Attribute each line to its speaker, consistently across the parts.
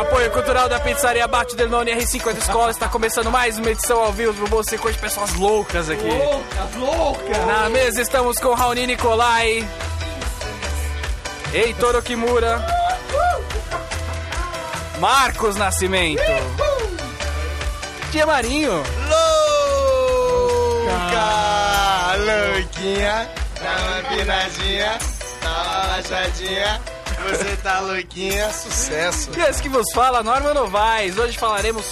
Speaker 1: apoio cultural da Pizzaria Bate del Noni R50 Escola. Está começando mais uma edição ao vivo do Bom Circuito de Pessoas Loucas aqui.
Speaker 2: Loucas, loucas!
Speaker 1: Na mesa estamos com Raoni Nicolai, Heitor Okimura, Marcos Nascimento, Tia Marinho,
Speaker 3: Louca! Louquinha, dá uma empinadinha, dá uma baixadinha. Você tá louquinha, sucesso.
Speaker 1: e esse que vos fala, Norma Novaes. Hoje falaremos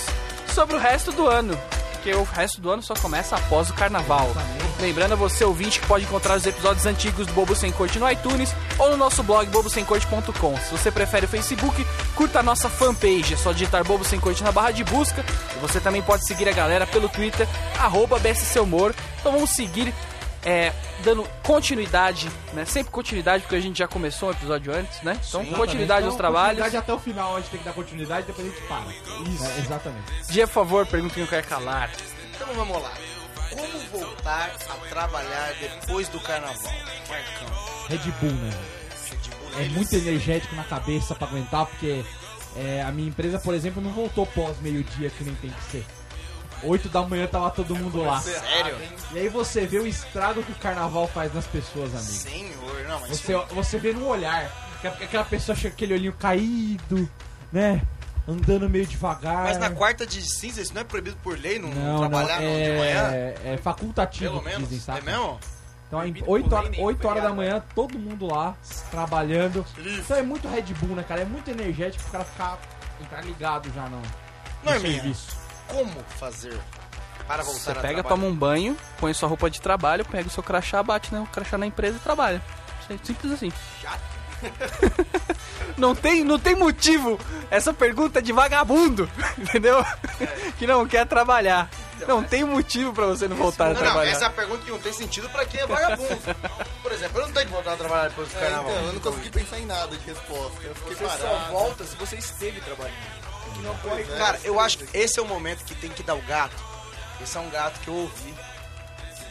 Speaker 1: sobre o resto do ano. Porque o resto do ano só começa após o carnaval. Lembrando a você, ouvinte, que pode encontrar os episódios antigos do Bobo Sem Corte no iTunes ou no nosso blog bobosemcorte.com. Se você prefere o Facebook, curta a nossa fanpage. É só digitar Bobo Sem Corte na barra de busca. E você também pode seguir a galera pelo Twitter, arroba BSC Humor. Então vamos seguir é, dando continuidade, né? Sempre continuidade, porque a gente já começou um episódio antes, né? Então continuidade aos
Speaker 2: Então,
Speaker 1: trabalhos.
Speaker 2: Continuidade até o final, a gente tem que dar continuidade, depois a gente para. Isso. exatamente.
Speaker 1: Dia, por favor, pergunta que não quer calar.
Speaker 3: Então vamos lá. Como voltar a trabalhar depois do carnaval? Marcão.
Speaker 2: Red Bull, né? É muito energético na cabeça pra aguentar, porque é, a minha empresa, por exemplo, não voltou pós meio-dia, que nem tem que ser. 8 da manhã tava todo mundo lá.
Speaker 3: Sério?
Speaker 2: E aí você vê o estrago que o carnaval faz nas pessoas, amigo.
Speaker 3: Senhor, não, mas
Speaker 2: Você, você vê no olhar. que Aquela pessoa chega com aquele olhinho caído, né? Andando meio devagar.
Speaker 3: Mas na quarta de cinza, isso não é proibido por lei não,
Speaker 2: Não,
Speaker 3: trabalhar
Speaker 2: não,
Speaker 3: não,
Speaker 2: é,
Speaker 3: de manhã?
Speaker 2: é facultativo,
Speaker 3: Pelo menos.
Speaker 2: dizem, sabe?
Speaker 3: É mesmo?
Speaker 2: Então, em
Speaker 4: Proibido
Speaker 2: 8
Speaker 4: por
Speaker 2: horas,
Speaker 4: lei nenhuma,
Speaker 2: 8 horas da
Speaker 4: tá
Speaker 2: manhã, todo mundo lá trabalhando.
Speaker 3: Isso.
Speaker 2: Então é muito Red Bull, né, cara? É muito energético pro cara ficar entrar ligado já não.
Speaker 3: Norminha, como fazer para voltar
Speaker 1: Você
Speaker 3: a
Speaker 1: pega,
Speaker 3: trabalhar?
Speaker 1: toma um banho, põe sua roupa de trabalho, pega o seu crachá, bate no crachá na empresa e trabalha. Simples assim. não, tem, não tem motivo. Essa pergunta é de vagabundo, entendeu?
Speaker 4: É.
Speaker 1: que não quer trabalhar. não tem motivo pra você não voltar a
Speaker 3: Não, não,
Speaker 1: trabalhar.
Speaker 3: essa é a pergunta que não tem sentido pra quem é vagabundo. Por exemplo, eu não tenho que voltar a trabalhar depois do
Speaker 5: É,
Speaker 3: carnaval.
Speaker 5: então, eu não consegui pensar em nada de resposta. Eu fiquei
Speaker 4: Você só
Speaker 5: parado.
Speaker 4: volta se você esteve trabalhando.
Speaker 5: Pois é.
Speaker 3: Cara, eu acho que esse é o momento que tem que dar o gato. Esse é um gato que eu ouvi.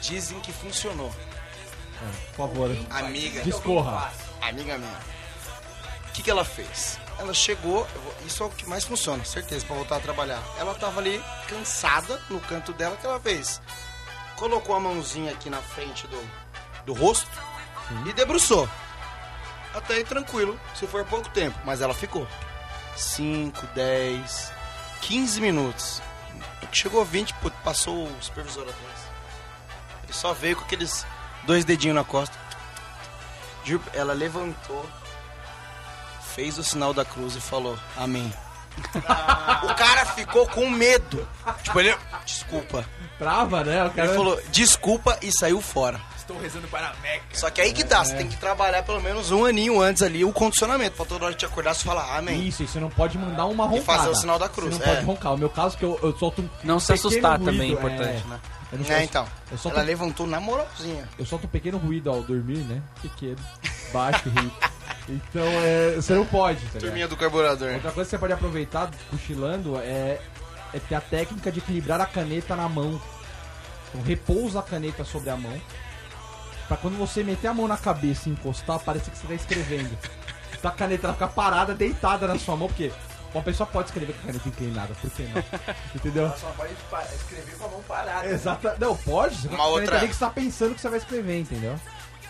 Speaker 3: Dizem que funcionou.
Speaker 2: Por favor,
Speaker 3: Amiga,
Speaker 2: discorra.
Speaker 3: amiga minha. O que, que ela fez? Ela chegou, eu vou- isso é o que mais funciona, certeza, pra voltar a trabalhar. Ela tava ali cansada no canto dela, o que ela fez? Colocou a mãozinha aqui na frente do, do rosto e debruçou. Até aí tranquilo, se for pouco tempo, mas ela ficou. 5, 10, 15 minutos. Chegou 20, pô, passou o supervisor atrás. Ele só veio com aqueles dois dedinhos na costa. Juro, Ela levantou, fez o sinal da cruz e falou: Amém.
Speaker 4: Ah.
Speaker 3: o cara ficou com medo. Tipo, ele. Desculpa.
Speaker 2: Trava, né? O cara
Speaker 3: Ele falou: Desculpa e saiu fora.
Speaker 4: Estou rezando para a Meca.
Speaker 3: Só que aí que dá,
Speaker 2: É.
Speaker 3: você tem que trabalhar pelo menos um aninho antes ali o condicionamento, pra toda hora que te acordar você falar amém.
Speaker 2: Isso, e você não pode mandar uma roncada.
Speaker 3: fazer o sinal da cruz,
Speaker 2: Você não
Speaker 3: é.
Speaker 2: pode roncar. O meu caso é que eu, eu solto um
Speaker 1: Não se
Speaker 2: pequeno
Speaker 1: assustar
Speaker 2: ruído,
Speaker 1: também é
Speaker 2: é.
Speaker 1: importante, né?
Speaker 2: Eu, não,
Speaker 3: Né, então.
Speaker 2: eu solto
Speaker 3: Ela
Speaker 2: um
Speaker 3: levantou na moralzinha.
Speaker 2: Eu solto um pequeno ruído ao dormir, né? Pequeno, baixo ruído. Então, é, você não pode, tá ligado?
Speaker 3: do carburador.
Speaker 2: Outra coisa que você pode aproveitar cochilando é, é ter a técnica de equilibrar a caneta na mão. Então, repousa a caneta sobre a mão. Pra quando você meter a mão na cabeça e encostar, parece que você tá escrevendo. Então a caneta ela fica parada, deitada na sua mão, porque uma pessoa pode escrever com a caneta inclinada, por que não? Entendeu?
Speaker 4: Ela só pode pa- escrever com a mão parada. né?
Speaker 2: Exata. Não, pode. Você
Speaker 3: Uma
Speaker 2: com a caneta
Speaker 3: outra-
Speaker 2: ali que você tá pensando que você vai escrever, entendeu?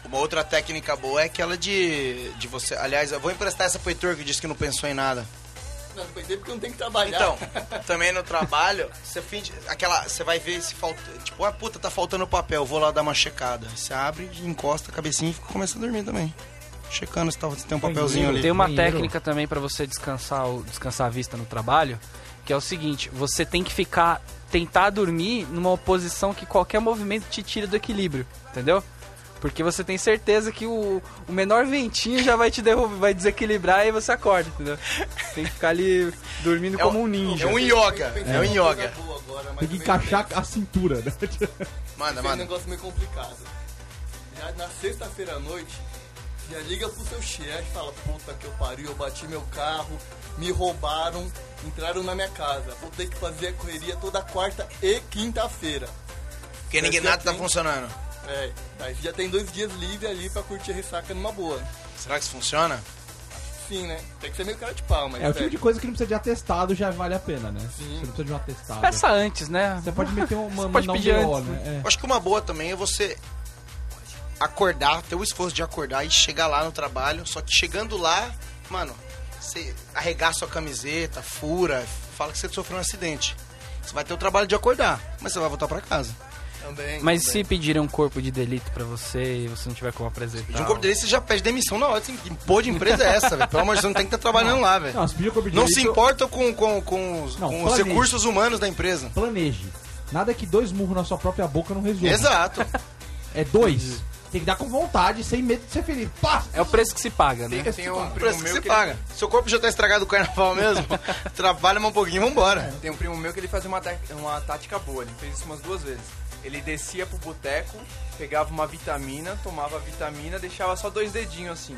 Speaker 3: Uma outra técnica boa é aquela de, de você. Aliás, eu vou emprestar essa pro Heitor que disse que não pensou em nada.
Speaker 5: Não, pois é, porque não tem que trabalhar.
Speaker 3: Então, também no trabalho, você finge. Aquela. Você vai ver se falta. Tipo, ah, puta, tá faltando papel, vou lá dar uma checada. Você abre, encosta a cabecinha e fica- começa a dormir também. Checando se, tá, se tem um papelzinho ali.
Speaker 1: Tem uma
Speaker 2: Banheiro.
Speaker 1: técnica também pra você descansar, o- descansar a vista no trabalho, que é o seguinte, você tem que ficar tentar dormir numa posição que qualquer movimento te tira do equilíbrio, entendeu? Porque você tem certeza que o, o menor ventinho já vai te derrubar, vai desequilibrar e você acorda, entendeu? Tem que ficar ali dormindo como um ninja.
Speaker 3: É um yoga, é um yoga.
Speaker 2: Tem que encaixar a cintura, né?
Speaker 3: Manda,
Speaker 5: É um
Speaker 3: manda.
Speaker 5: negócio meio complicado. Já na sexta-feira à noite, já liga pro seu chefe e fala: Puta que eu pariu, eu bati meu carro, me roubaram, entraram na minha casa. Vou ter que fazer a correria toda quarta e quinta-feira.
Speaker 3: Porque ninguém nada tá funcionando.
Speaker 5: É, daí já tem dois dias livre ali pra curtir a ressaca numa boa.
Speaker 3: Será que isso funciona?
Speaker 5: assim, né? Tem que ser meio cara de pau, mas.
Speaker 2: É o tipo
Speaker 5: velho,
Speaker 2: de coisa que não precisa de atestado, já vale a pena, né? Você
Speaker 5: Sim.
Speaker 2: não precisa de um atestado.
Speaker 1: Peça antes, né?
Speaker 2: Você pode meter uma,
Speaker 1: Você
Speaker 2: uma
Speaker 1: pode
Speaker 2: mandar um
Speaker 1: pedir
Speaker 2: BO,
Speaker 1: antes,
Speaker 2: né?
Speaker 3: Eu acho que uma boa também é você acordar, ter o esforço de acordar e chegar lá no trabalho. Só que chegando lá, mano, você arregaça sua camiseta, fura, fala que você sofreu um acidente. Você vai ter o trabalho de acordar, mas você vai voltar pra casa.
Speaker 5: Também.
Speaker 1: Mas
Speaker 5: também.
Speaker 1: se pedirem um corpo de delito pra você e você não tiver como apresentar.
Speaker 3: De um corpo desse, você já pede demissão na hora. Assim, que porra de empresa é essa, velho? Pelo amor de Deus, você não tem que estar trabalhando lá,
Speaker 2: É.
Speaker 3: velho.
Speaker 2: Não, se pedir corpo de
Speaker 3: Não
Speaker 2: delito,
Speaker 3: se importa com, com, com os,
Speaker 2: Não,
Speaker 3: com os
Speaker 2: planeje.
Speaker 3: recursos humanos da empresa.
Speaker 2: Planeje. Nada que dois murros na sua própria boca não resolva.
Speaker 3: Exato.
Speaker 2: É dois. Tem que dar com vontade, sem medo de ser feliz. Pá! tipo
Speaker 1: É o preço que se paga, né?
Speaker 4: Tem, tem um
Speaker 3: O
Speaker 4: primo
Speaker 3: preço que
Speaker 4: meu
Speaker 3: você
Speaker 4: que ele-
Speaker 3: paga. Seu corpo já tá estragado do carnaval mesmo. Trabalha mais um pouquinho e vambora.
Speaker 4: Tem um primo meu que ele fazia uma, ta- uma tática boa, ele fez isso umas duas vezes. Ele descia pro boteco, pegava uma vitamina, tomava a vitamina, deixava só dois dedinhos assim.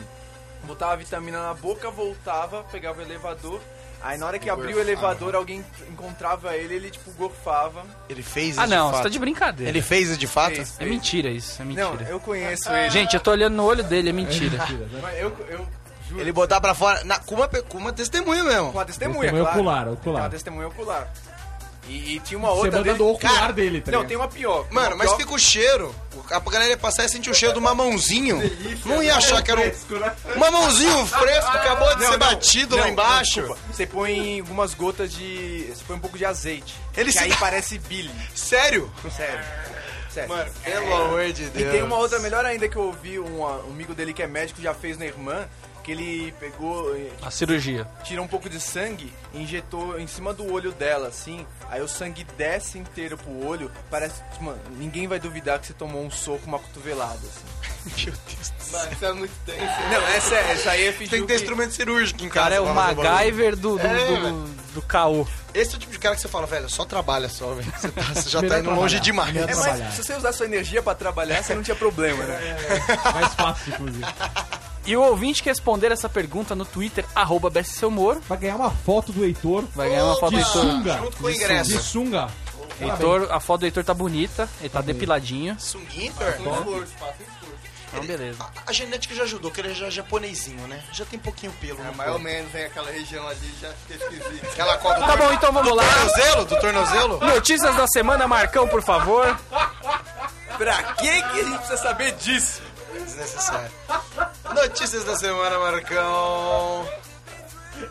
Speaker 4: Botava a vitamina na boca, voltava, pegava o elevador. Aí na hora que abria o elevador, alguém encontrava ele, ele tipo gorfava.
Speaker 3: Ele fez isso
Speaker 1: Ah, não,
Speaker 3: de
Speaker 1: você
Speaker 3: fato. É
Speaker 1: tá de brincadeira.
Speaker 3: Ele fez isso de fato?
Speaker 4: Fez.
Speaker 1: É mentira isso, é
Speaker 4: Não,
Speaker 1: mentira.
Speaker 4: eu conheço ele.
Speaker 1: Gente, eu tô olhando no olho dele, é mentira.
Speaker 4: Mas eu, eu juro.
Speaker 3: Ele botar pra fora na, com, uma, pe- com uma testemunha
Speaker 4: Com
Speaker 3: mesmo.
Speaker 4: a
Speaker 2: Testemunha
Speaker 4: testemunha, claro.
Speaker 2: ocular,
Speaker 4: Tem
Speaker 2: ocular.
Speaker 4: uma testemunha ocular. E, e tinha uma
Speaker 2: Você
Speaker 4: outra
Speaker 2: manda
Speaker 4: dele...
Speaker 2: do ocular
Speaker 3: Cara,
Speaker 2: dele, tá
Speaker 4: Não,
Speaker 2: ligado?
Speaker 4: tem uma pior. Tem
Speaker 3: Mano,
Speaker 4: uma
Speaker 3: mas
Speaker 4: pior-
Speaker 3: fica o cheiro. A galera ia passar e sentir o cheiro do mamãozinho. Não ia achar que era um
Speaker 4: Fresco, né?
Speaker 3: mamãozinho fresco, acabou de
Speaker 4: Não,
Speaker 3: ser
Speaker 4: não,
Speaker 3: batido
Speaker 4: não,
Speaker 3: lá
Speaker 4: não,
Speaker 3: embaixo.
Speaker 4: desculpa. Você põe algumas gotas de. Você põe um pouco de azeite.
Speaker 3: Ele
Speaker 4: Ele
Speaker 3: se-
Speaker 4: aí parece Billy.
Speaker 3: Sério?
Speaker 4: Sério. Sério.
Speaker 3: Mano, pelo amor de
Speaker 4: é. e
Speaker 3: Deus.
Speaker 4: tem uma outra melhor ainda que eu ouvi, um a- um amigo dele que é médico já fez na irmã, que ele pegou, eh,
Speaker 1: A cirurgia.
Speaker 4: tirou um pouco de sangue e injetou em cima do olho dela, assim. Aí o sangue desce inteiro pro olho. Parece. Mano, ninguém vai duvidar que você tomou um soco, uma cotovelada, assim.
Speaker 5: Mano, isso é muito tenso.
Speaker 4: Não, essa, essa aí é fingir.
Speaker 3: Tem que ter instrumento cirúrgico em
Speaker 1: O cara
Speaker 3: casa.
Speaker 1: é o
Speaker 3: pra fazer barulho.
Speaker 1: MacGyver do, do,
Speaker 3: É,
Speaker 1: do, do caô.
Speaker 3: Esse é o tipo de cara que você fala, velho, só trabalha só, velho. Você, tá- você já tá
Speaker 2: Melhor
Speaker 3: indo longe
Speaker 2: trabalhar.
Speaker 3: demais.
Speaker 2: Melhor
Speaker 4: É,
Speaker 2: trabalhar.
Speaker 4: mas se você usar sua energia pra trabalhar, você não tinha problema,
Speaker 3: É.
Speaker 4: né?
Speaker 2: Mais fácil, inclusive.
Speaker 1: E o ouvinte que responder essa pergunta no Twitter, arroba Bessel Moro,
Speaker 2: Vai ganhar uma foto do Heitor.
Speaker 1: vai ganhar uma foto do
Speaker 2: De
Speaker 1: Heitor.
Speaker 2: sunga.
Speaker 3: Junto com o
Speaker 2: De
Speaker 3: ingresso.
Speaker 2: sunga. De sunga.
Speaker 1: Heitor. A foto do Heitor tá bonita, ele tá depiladinho.
Speaker 3: Sunguinho,
Speaker 5: Um esforço, faça um esforço.
Speaker 1: Então, beleza.
Speaker 3: A, a genética já ajudou, que ele é já japonesinho, né? Já tem pouquinho pelo.
Speaker 5: É,
Speaker 3: no
Speaker 5: mais ou
Speaker 3: corpo.
Speaker 5: menos, hein? Aquela região ali já fica esquisita.
Speaker 3: Aquela cobra
Speaker 1: Tá bom, então vamos lá.
Speaker 3: tornozelo, do tornozelo?
Speaker 1: Notícias da semana, Marcão, por favor.
Speaker 4: Pra que que a gente precisa saber disso?
Speaker 3: Desnecessário. Notícias da semana, Marcão.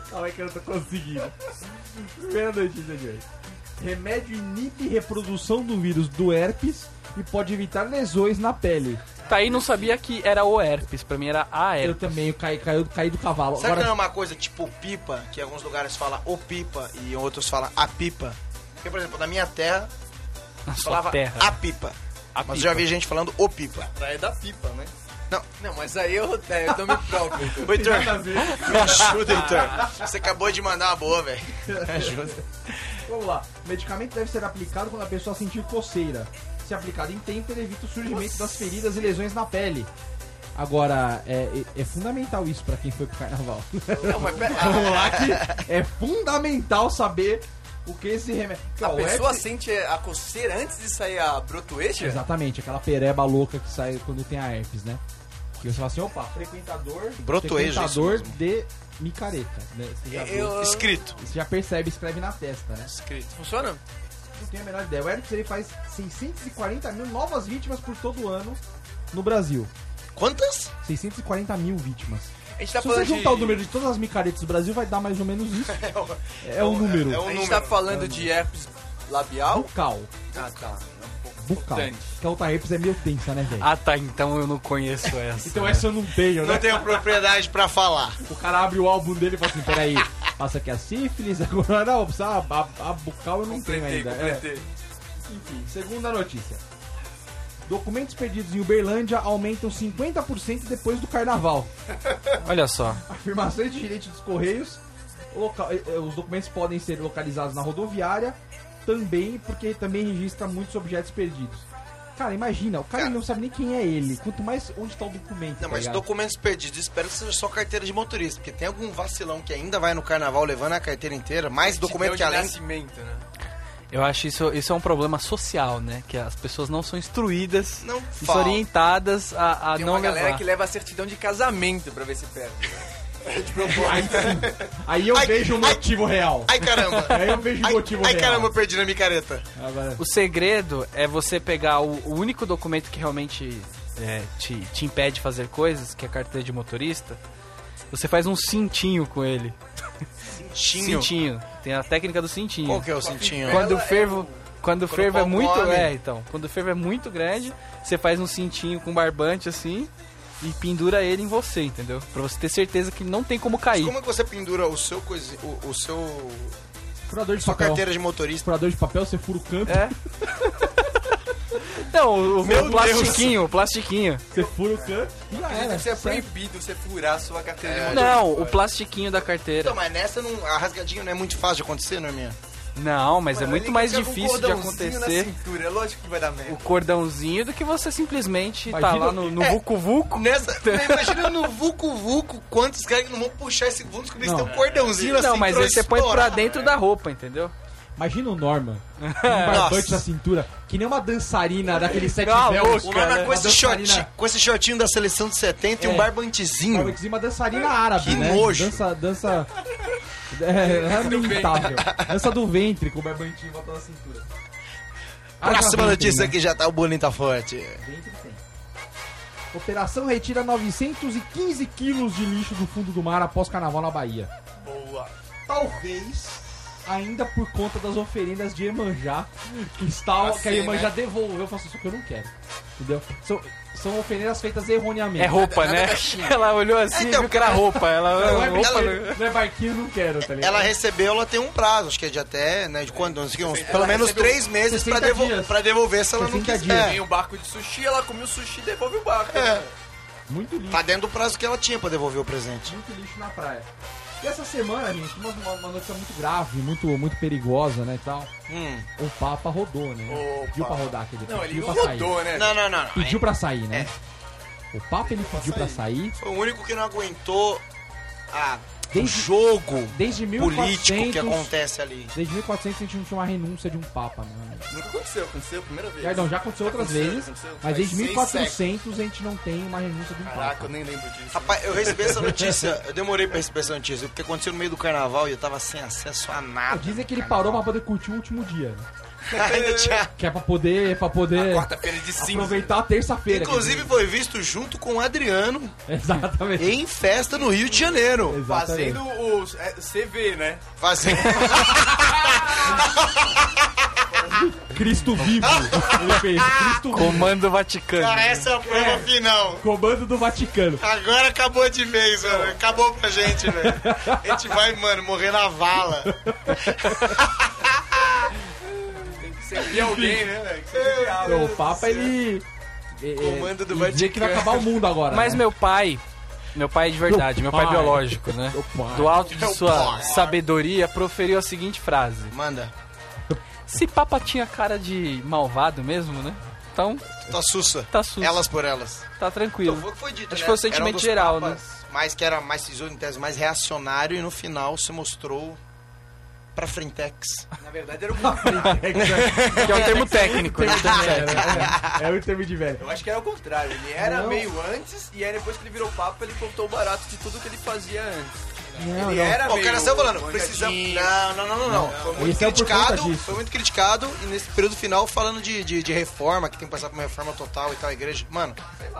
Speaker 2: Calma aí é que eu não tô conseguindo. Primeira notícia de hoje. Remédio inibe reprodução do vírus do herpes e pode evitar lesões na pele.
Speaker 1: Tá aí, não sabia que era o herpes, pra mim era a
Speaker 2: Eu
Speaker 1: herpes.
Speaker 2: também eu caí, caí, caí do cavalo.
Speaker 3: Será que
Speaker 2: Agora,
Speaker 3: não é uma coisa tipo pipa, que em alguns lugares fala o pipa e em outros fala a pipa? Porque, por exemplo, na minha terra
Speaker 1: Na sua
Speaker 3: falava
Speaker 1: terra.
Speaker 3: a pipa.
Speaker 1: A
Speaker 3: mas eu
Speaker 1: pipa.
Speaker 3: já vi gente falando o pipa.
Speaker 5: Praia da pipa, né?
Speaker 4: Não, mas aí eu, é, eu tô me próprio.
Speaker 3: Ô, Heitor, me ajuda,
Speaker 1: então.
Speaker 3: Heitor. Você acabou de mandar uma boa, velho. Me ajuda.
Speaker 2: vamos lá. O medicamento deve ser aplicado quando a pessoa sentir coceira. Se aplicado em tempo, ele evita o surgimento das feridas e lesões na pele. Agora, é, é- é fundamental isso pra quem foi pro carnaval.
Speaker 4: Não, mas pera,
Speaker 3: Ah,
Speaker 2: Vamos lá que é fundamental saber o que esse remédio...
Speaker 4: a
Speaker 2: Ó, o
Speaker 4: pessoa
Speaker 2: herpes-
Speaker 4: sente a coceira antes de sair a brotoeja?
Speaker 2: Exatamente, aquela pereba louca que sai quando tem a herpes, né? Que você fala assim, opa, frequentador,
Speaker 3: Brotoejo, isso
Speaker 2: frequentador de micareta, né? Você já, vê.
Speaker 4: Eu,
Speaker 3: Escrito.
Speaker 2: Você já percebe, escreve na testa, né?
Speaker 3: Escrito.
Speaker 4: funciona?
Speaker 2: Não tenho a menor ideia. O herpes ele faz 640 mil novas vítimas por todo ano no Brasil.
Speaker 3: Quantas?
Speaker 2: 640 mil vítimas.
Speaker 4: A gente tá
Speaker 2: Se você
Speaker 4: falando
Speaker 2: juntar
Speaker 4: de...
Speaker 2: o número de todas as micaretas do Brasil, vai dar mais ou menos isso. É o número.
Speaker 5: é
Speaker 4: A
Speaker 5: um-
Speaker 4: gente
Speaker 5: número.
Speaker 4: tá falando de herpes labial?
Speaker 2: Bucal.
Speaker 4: Ah, tá.
Speaker 2: É um Bucal. Que a outra herpes é meio tensa, né, velho?
Speaker 1: Ah, tá, então eu não conheço essa.
Speaker 2: Então essa eu não tenho, né?
Speaker 3: Não tenho propriedade pra falar.
Speaker 2: O cara abre o álbum dele e fala assim, peraí, passa aqui a sífilis, agora não, precisa, a, a- a bucal eu não tenho
Speaker 4: Completei,
Speaker 2: ainda. É.
Speaker 4: completei.
Speaker 2: Enfim, segunda notícia. Documentos perdidos em Uberlândia aumentam 50% depois do carnaval.
Speaker 1: Olha só.
Speaker 2: Afirmações de direito dos correios. local- eh, eh, os documentos podem ser localizados na rodoviária também, porque também registra muitos objetos perdidos. Cara, imagina, o cara
Speaker 3: Cara.
Speaker 2: não sabe nem quem é ele, quanto mais onde está o documento.
Speaker 3: Não,
Speaker 2: tá
Speaker 3: mas
Speaker 2: ligado?
Speaker 3: documentos perdidos, espero que seja só carteira de motorista, porque tem algum vacilão que ainda vai no carnaval levando a carteira inteira, mais documento que
Speaker 4: Certidão de
Speaker 3: além.
Speaker 4: nascimento, né?
Speaker 1: Eu acho isso, isso é um problema social, né? Que as pessoas não são instruídas,
Speaker 3: Não
Speaker 1: são
Speaker 3: fala.
Speaker 1: orientadas a, a
Speaker 4: Tem
Speaker 1: não
Speaker 4: uma galera
Speaker 1: levar.
Speaker 4: que leva a certidão de casamento pra ver se perde.
Speaker 3: É de propósito.
Speaker 2: Aí eu
Speaker 3: Ai,
Speaker 2: vejo o
Speaker 3: ai.
Speaker 2: motivo real.
Speaker 3: Ai, caramba.
Speaker 2: Aí eu vejo o
Speaker 3: Ai,
Speaker 2: motivo
Speaker 3: ai,
Speaker 2: real.
Speaker 3: caramba, eu perdi na micareta.
Speaker 2: Agora,
Speaker 1: O segredo é você pegar o, o único documento que realmente é, te, te impede de fazer coisas, que é a carteira de motorista. Você faz um cintinho com ele.
Speaker 3: Tinho.
Speaker 1: Cintinho. Tem a técnica do cintinho.
Speaker 3: Qual que é o cintinho?
Speaker 1: Quando o fervo, quando o fervo é
Speaker 3: pau
Speaker 1: muito,
Speaker 3: come.
Speaker 1: é, então, quando o fervo é muito grande, você faz um cintinho com barbante assim e pendura ele em você, entendeu? Pra você ter certeza que não tem como cair.
Speaker 3: Como é que você pendura o seu coisa, o, o seu
Speaker 2: furador de
Speaker 3: sua
Speaker 2: papel.
Speaker 3: carteira de motorista?
Speaker 2: Furador de papel, você fura o canto,
Speaker 1: É. Não, o,
Speaker 3: Meu
Speaker 1: o plastiquinho, o plastiquinho.
Speaker 2: você fura o canto e já era.
Speaker 4: Isso é
Speaker 2: Sério. É.
Speaker 4: proibido você furar a sua carteira de motorista.
Speaker 1: Não, o plastiquinho da carteira.
Speaker 3: Então, mas nessa não, a rasgadinha não é muito fácil de acontecer, não é minha?
Speaker 1: Não, mas é
Speaker 4: Mano,
Speaker 1: muito
Speaker 4: ele
Speaker 1: mais
Speaker 4: fica com
Speaker 1: difícil
Speaker 4: um
Speaker 1: de
Speaker 4: cordãozinho
Speaker 1: acontecer
Speaker 4: Na cintura. É lógico que vai dar
Speaker 1: o
Speaker 4: merda.
Speaker 1: cordãozinho do que você simplesmente tá
Speaker 2: Imagina-
Speaker 1: lá no, no
Speaker 3: É.
Speaker 1: Vucu Vucu.
Speaker 3: Nessa, imagina no Vucu Vucu quantos caras que não vão puxar esse vão descobrir se tem um cordãozinho assim.
Speaker 1: Não, mas aí
Speaker 3: pra
Speaker 1: você põe pra
Speaker 3: estourar.
Speaker 1: dentro da roupa, entendeu?
Speaker 2: Imagina o Norman. com Um barbante
Speaker 3: Nossa. um-
Speaker 2: na cintura, que nem uma dançarina daquele sete
Speaker 1: Não,
Speaker 2: véus.
Speaker 1: louca,
Speaker 3: O Norma
Speaker 1: né?
Speaker 3: com,
Speaker 2: Uma
Speaker 3: esse
Speaker 2: dançarina-
Speaker 3: shortinho, com esse shortinho da seleção de 70 e
Speaker 2: É.
Speaker 3: um barbantezinho.
Speaker 2: Norma diz uma dançarina árabe,
Speaker 3: Que
Speaker 2: né?
Speaker 3: nojo.
Speaker 2: Dança, dança... É, lamentável. Dança do ventre com o barbantinho botando na cintura.
Speaker 3: Próxima
Speaker 2: Haja ventre,
Speaker 3: notícia
Speaker 2: né?
Speaker 3: que já tá o Boninho tá forte.
Speaker 2: Ventre tem. Operação retira 915 quilos de lixo do fundo do mar após carnaval na Bahia.
Speaker 4: Boa.
Speaker 2: Talvez ainda por conta das oferendas de Emanjá, que, está,
Speaker 4: Assim,
Speaker 2: que a Emanjá devolveu. Eu faço isso que eu não quero. Entendeu? São, são oferendas feitas erroneamente.
Speaker 1: É roupa, né? Ela olhou assim e
Speaker 3: Então,
Speaker 1: viu que era roupa. Ela,
Speaker 2: Não é,
Speaker 1: roupa
Speaker 2: brincadeira, não é barquinho, eu não quero, tá ligado?
Speaker 3: Ela recebeu, ela tem um prazo, acho que é de até, né, de quando, não sei, uns, pelo
Speaker 4: Ela
Speaker 3: menos
Speaker 4: recebeu
Speaker 3: três meses pra,
Speaker 2: 60
Speaker 3: devol
Speaker 2: dias.
Speaker 3: pra devolver se ela não
Speaker 2: 60
Speaker 3: quiser.
Speaker 2: dias.
Speaker 3: É,
Speaker 4: Tem um barco de sushi, ela come o sushi e devolve o barco.
Speaker 3: É.
Speaker 2: Muito lixo,
Speaker 3: Tá dentro do prazo que ela tinha pra devolver o presente.
Speaker 2: muito lixo na praia. E essa semana, gente, uma, uma, uma notícia muito grave, muito, muito perigosa, né, e tal.
Speaker 3: Hum.
Speaker 2: O Papa rodou, né?
Speaker 4: Opa.
Speaker 2: Pediu pra rodar aquele
Speaker 4: Não, ele
Speaker 2: pediu
Speaker 4: não
Speaker 2: pra sair.
Speaker 4: rodou, né?
Speaker 3: Não, não, não. não.
Speaker 2: Pediu pra sair, né? O Papa, ele pediu pra sair
Speaker 3: Foi o único que não aguentou a, o
Speaker 2: desde,
Speaker 3: jogo
Speaker 2: desde 1400...
Speaker 3: político que acontece ali.
Speaker 2: Desde 1400 a gente não tinha uma renúncia de um papa, né?
Speaker 5: Nunca aconteceu, aconteceu a primeira vez.
Speaker 2: Perdão, já aconteceu outras
Speaker 5: aconteceu,
Speaker 2: vezes,
Speaker 5: aconteceu.
Speaker 2: mas desde
Speaker 5: Faz seis
Speaker 2: 1400 a gente não tem uma renúncia de um
Speaker 5: Caraca, eu
Speaker 2: papa.
Speaker 5: nem lembro disso.
Speaker 3: Rapaz, eu recebi essa notícia, eu demorei pra receber essa notícia, porque aconteceu no meio do carnaval e eu tava sem acesso a nada.
Speaker 2: Dizem que ele parou pra poder curtir o último dia, né?
Speaker 3: Ainda tinha-
Speaker 2: que é pra poder, pra poder
Speaker 4: Quarta-feira de cinza.
Speaker 2: aproveitar a terça-feira.
Speaker 3: Inclusive foi visto junto com o Adriano
Speaker 2: quer dizer. exatamente.
Speaker 3: em festa no Rio de Janeiro.
Speaker 2: exatamente.
Speaker 4: Fazendo o é, CV, né?
Speaker 3: Fazendo.
Speaker 2: Cristo vivo. Ele fez Cristo vivo.
Speaker 1: Comando Vaticano.
Speaker 3: Cara, essa é a prova final.
Speaker 2: Comando do Vaticano.
Speaker 3: Agora acabou de vez, mano. Acabou pra gente, velho. A gente vai, mano, morrer na vala.
Speaker 4: Você via alguém, né, velho? Que você via
Speaker 2: Então, o Papa, ele. é, é,
Speaker 3: Comando do
Speaker 2: ele
Speaker 3: Vaticano.
Speaker 2: dizia que vai acabar o mundo agora.
Speaker 1: Mas
Speaker 2: né?
Speaker 1: meu pai, meu pai é de verdade, meu,
Speaker 2: Meu
Speaker 1: pai,
Speaker 2: pai.
Speaker 1: biológico, né?
Speaker 2: Meu pai.
Speaker 1: Do alto de
Speaker 3: Meu
Speaker 1: sua
Speaker 3: pai.
Speaker 1: sabedoria, proferiu a seguinte frase:
Speaker 3: Manda.
Speaker 1: Se Papa tinha cara de malvado mesmo, né? Então,
Speaker 3: Tá sussa.
Speaker 1: tá sus,
Speaker 3: Elas por elas.
Speaker 1: tá tranquilo.
Speaker 3: Então, foi o que foi dito,
Speaker 1: Acho
Speaker 3: né?
Speaker 1: que foi o
Speaker 3: Era um
Speaker 1: sentimento
Speaker 3: dos
Speaker 1: geral, né?
Speaker 3: papas Mais que era mais tesouro em tese, mais reacionário e no final se mostrou pra frentex.
Speaker 4: Na verdade era o contrário.
Speaker 1: Que é um termo técnico. né?
Speaker 2: É, é, é o termo de velho.
Speaker 4: Eu acho que era o contrário. Ele era
Speaker 2: Não.
Speaker 4: meio antes e aí depois que ele virou papa, ele cortou o barato de tudo que ele fazia antes.
Speaker 2: Não,
Speaker 4: ele
Speaker 2: não.
Speaker 4: era
Speaker 3: Ó, o
Speaker 4: meio
Speaker 3: cara saiu falando,
Speaker 4: manjadinho.
Speaker 3: precisamos. Não, não, não, não, não. Foi muito
Speaker 2: Esse é por
Speaker 3: criticado.
Speaker 2: conta disso.
Speaker 3: foi muito criticado. E nesse período final falando de, de, de reforma, que tem que passar por uma reforma total e tal, a igreja. Mano,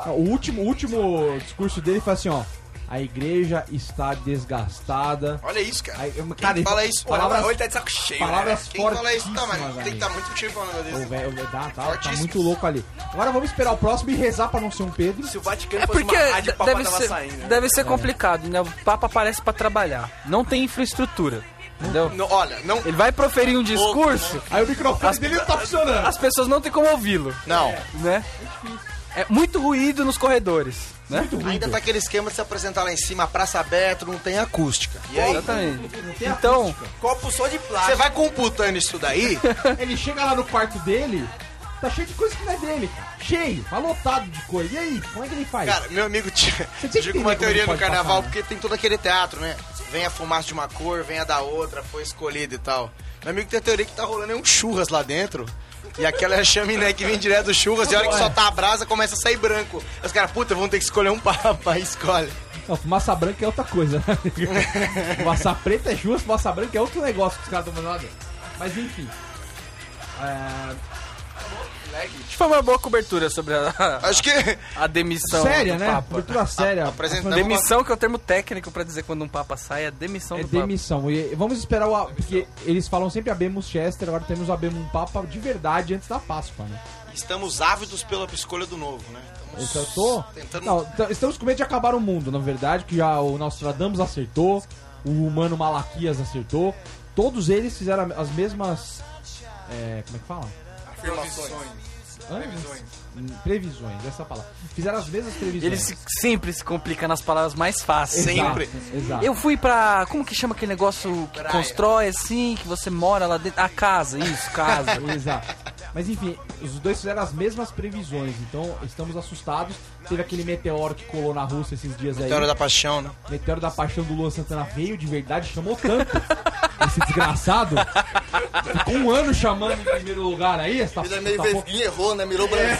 Speaker 2: Não, O último, o último discurso dele foi assim, ó. A igreja está desgastada.
Speaker 3: olha isso, cara.
Speaker 2: Aí, eu-
Speaker 3: Quem fala isso?
Speaker 2: Palavras,
Speaker 4: Olha, ele tá de saco cheio, né?
Speaker 2: palavras
Speaker 3: Quem fala
Speaker 2: fortíssimas,
Speaker 3: isso tá, mano. Tem que
Speaker 2: velho.
Speaker 3: estar muito cheio falando um
Speaker 2: Ô,
Speaker 3: negócio desse.
Speaker 2: velho, tá, tá, tá
Speaker 3: Fortíssimas.
Speaker 2: muito louco ali. Agora vamos esperar o próximo e rezar pra não ser um Pedro.
Speaker 4: Se o Vaticano
Speaker 1: É
Speaker 4: fosse
Speaker 1: porque
Speaker 4: uma rádio, o papa
Speaker 1: deve
Speaker 4: tava
Speaker 1: ser,
Speaker 4: saindo. né?
Speaker 1: deve ser complicado, né? O Papa aparece pra trabalhar. Não tem infraestrutura, entendeu?
Speaker 3: Não, olha, não.
Speaker 1: Ele vai proferir um discurso,
Speaker 2: Aí o microfone dele não tá funcionando.
Speaker 1: as pessoas não têm como ouvi-lo,
Speaker 3: Não.
Speaker 1: né? É muito ruído nos corredores, né?
Speaker 3: Ainda tá aquele esquema de se apresentar lá em cima, praça aberta, não tem acústica.
Speaker 4: E aí,
Speaker 1: Exatamente. Então,
Speaker 4: copo só de
Speaker 3: Você
Speaker 4: plástico.
Speaker 3: vai computando isso daí,
Speaker 2: Ele chega lá no quarto dele, tá cheio de coisa que não é dele. cara. Cheio, tá lotado de coisa. E aí, como é que ele faz?
Speaker 3: Cara, meu amigo tinha.
Speaker 2: tem que
Speaker 3: Digo uma
Speaker 2: entender como
Speaker 3: teoria
Speaker 2: ele
Speaker 3: no
Speaker 2: pode
Speaker 3: carnaval,
Speaker 2: passar, né?
Speaker 3: porque tem todo aquele teatro, né? Vem a fumaça de uma cor, vem a da outra, foi escolhido e tal. Meu amigo tem a teoria que tá rolando é um churras lá dentro. E aquela é a chaminé que vem direto do churras, e a hora que só tá a brasa começa a sair branco. Os caras, puta, vão ter que escolher um papa, escolhe.
Speaker 2: Não, fumaça branca é outra coisa. né? fumaça preta é justo, fumaça branca é outro negócio que os caras estão fazendo lá dentro. Mas enfim. É,
Speaker 1: Acho que foi uma boa cobertura sobre a,
Speaker 3: Acho que.
Speaker 1: a demissão
Speaker 2: séria,
Speaker 1: do
Speaker 2: né?
Speaker 1: Papa.
Speaker 2: Cultura séria.
Speaker 3: apresentamos
Speaker 1: Demissão, que é o termo técnico pra dizer quando um Papa sai, é demissão
Speaker 2: É
Speaker 1: do Papa.
Speaker 2: demissão. E vamos esperar o. a- Porque eles falam sempre Abemos Chester, agora temos Abemos Papa de verdade antes da Páscoa, né?
Speaker 3: Estamos ávidos pela escolha do novo, né? Estamos
Speaker 2: Eu é tô.
Speaker 3: tentando.
Speaker 2: Não, t- estamos com medo de acabar o mundo, na verdade, que já o Nostradamus acertou, o humano Malaquias acertou. Todos eles fizeram as mesmas. é, como é que fala?
Speaker 4: Afirmações.
Speaker 2: Hã?
Speaker 4: Previsões.
Speaker 2: Hum, Previsões, essa é a palavra. Fizeram as mesmas previsões.
Speaker 1: Ele se- sempre se complica nas palavras mais fáceis.
Speaker 3: Sim.
Speaker 2: Exato,
Speaker 3: sempre.
Speaker 2: Exato.
Speaker 1: Eu fui pra. Como que chama aquele negócio que
Speaker 3: Praia.
Speaker 1: constrói assim, que você mora lá dentro? A casa, isso, casa.
Speaker 2: Exato. Mas enfim, os dois fizeram as mesmas previsões, então estamos assustados. Teve aquele meteoro que colou na Rússia esses dias aí.
Speaker 3: Teoria da paixão, né?
Speaker 2: Meteoro da Paixão do Luan Santana veio de verdade, chamou tanto esse desgraçado. Ficou um ano chamando em primeiro lugar aí, essa
Speaker 5: Ele é
Speaker 2: essa
Speaker 5: meio
Speaker 2: porra.
Speaker 5: vesguinho, errou, né?
Speaker 1: É.
Speaker 5: Mirou o Brasil.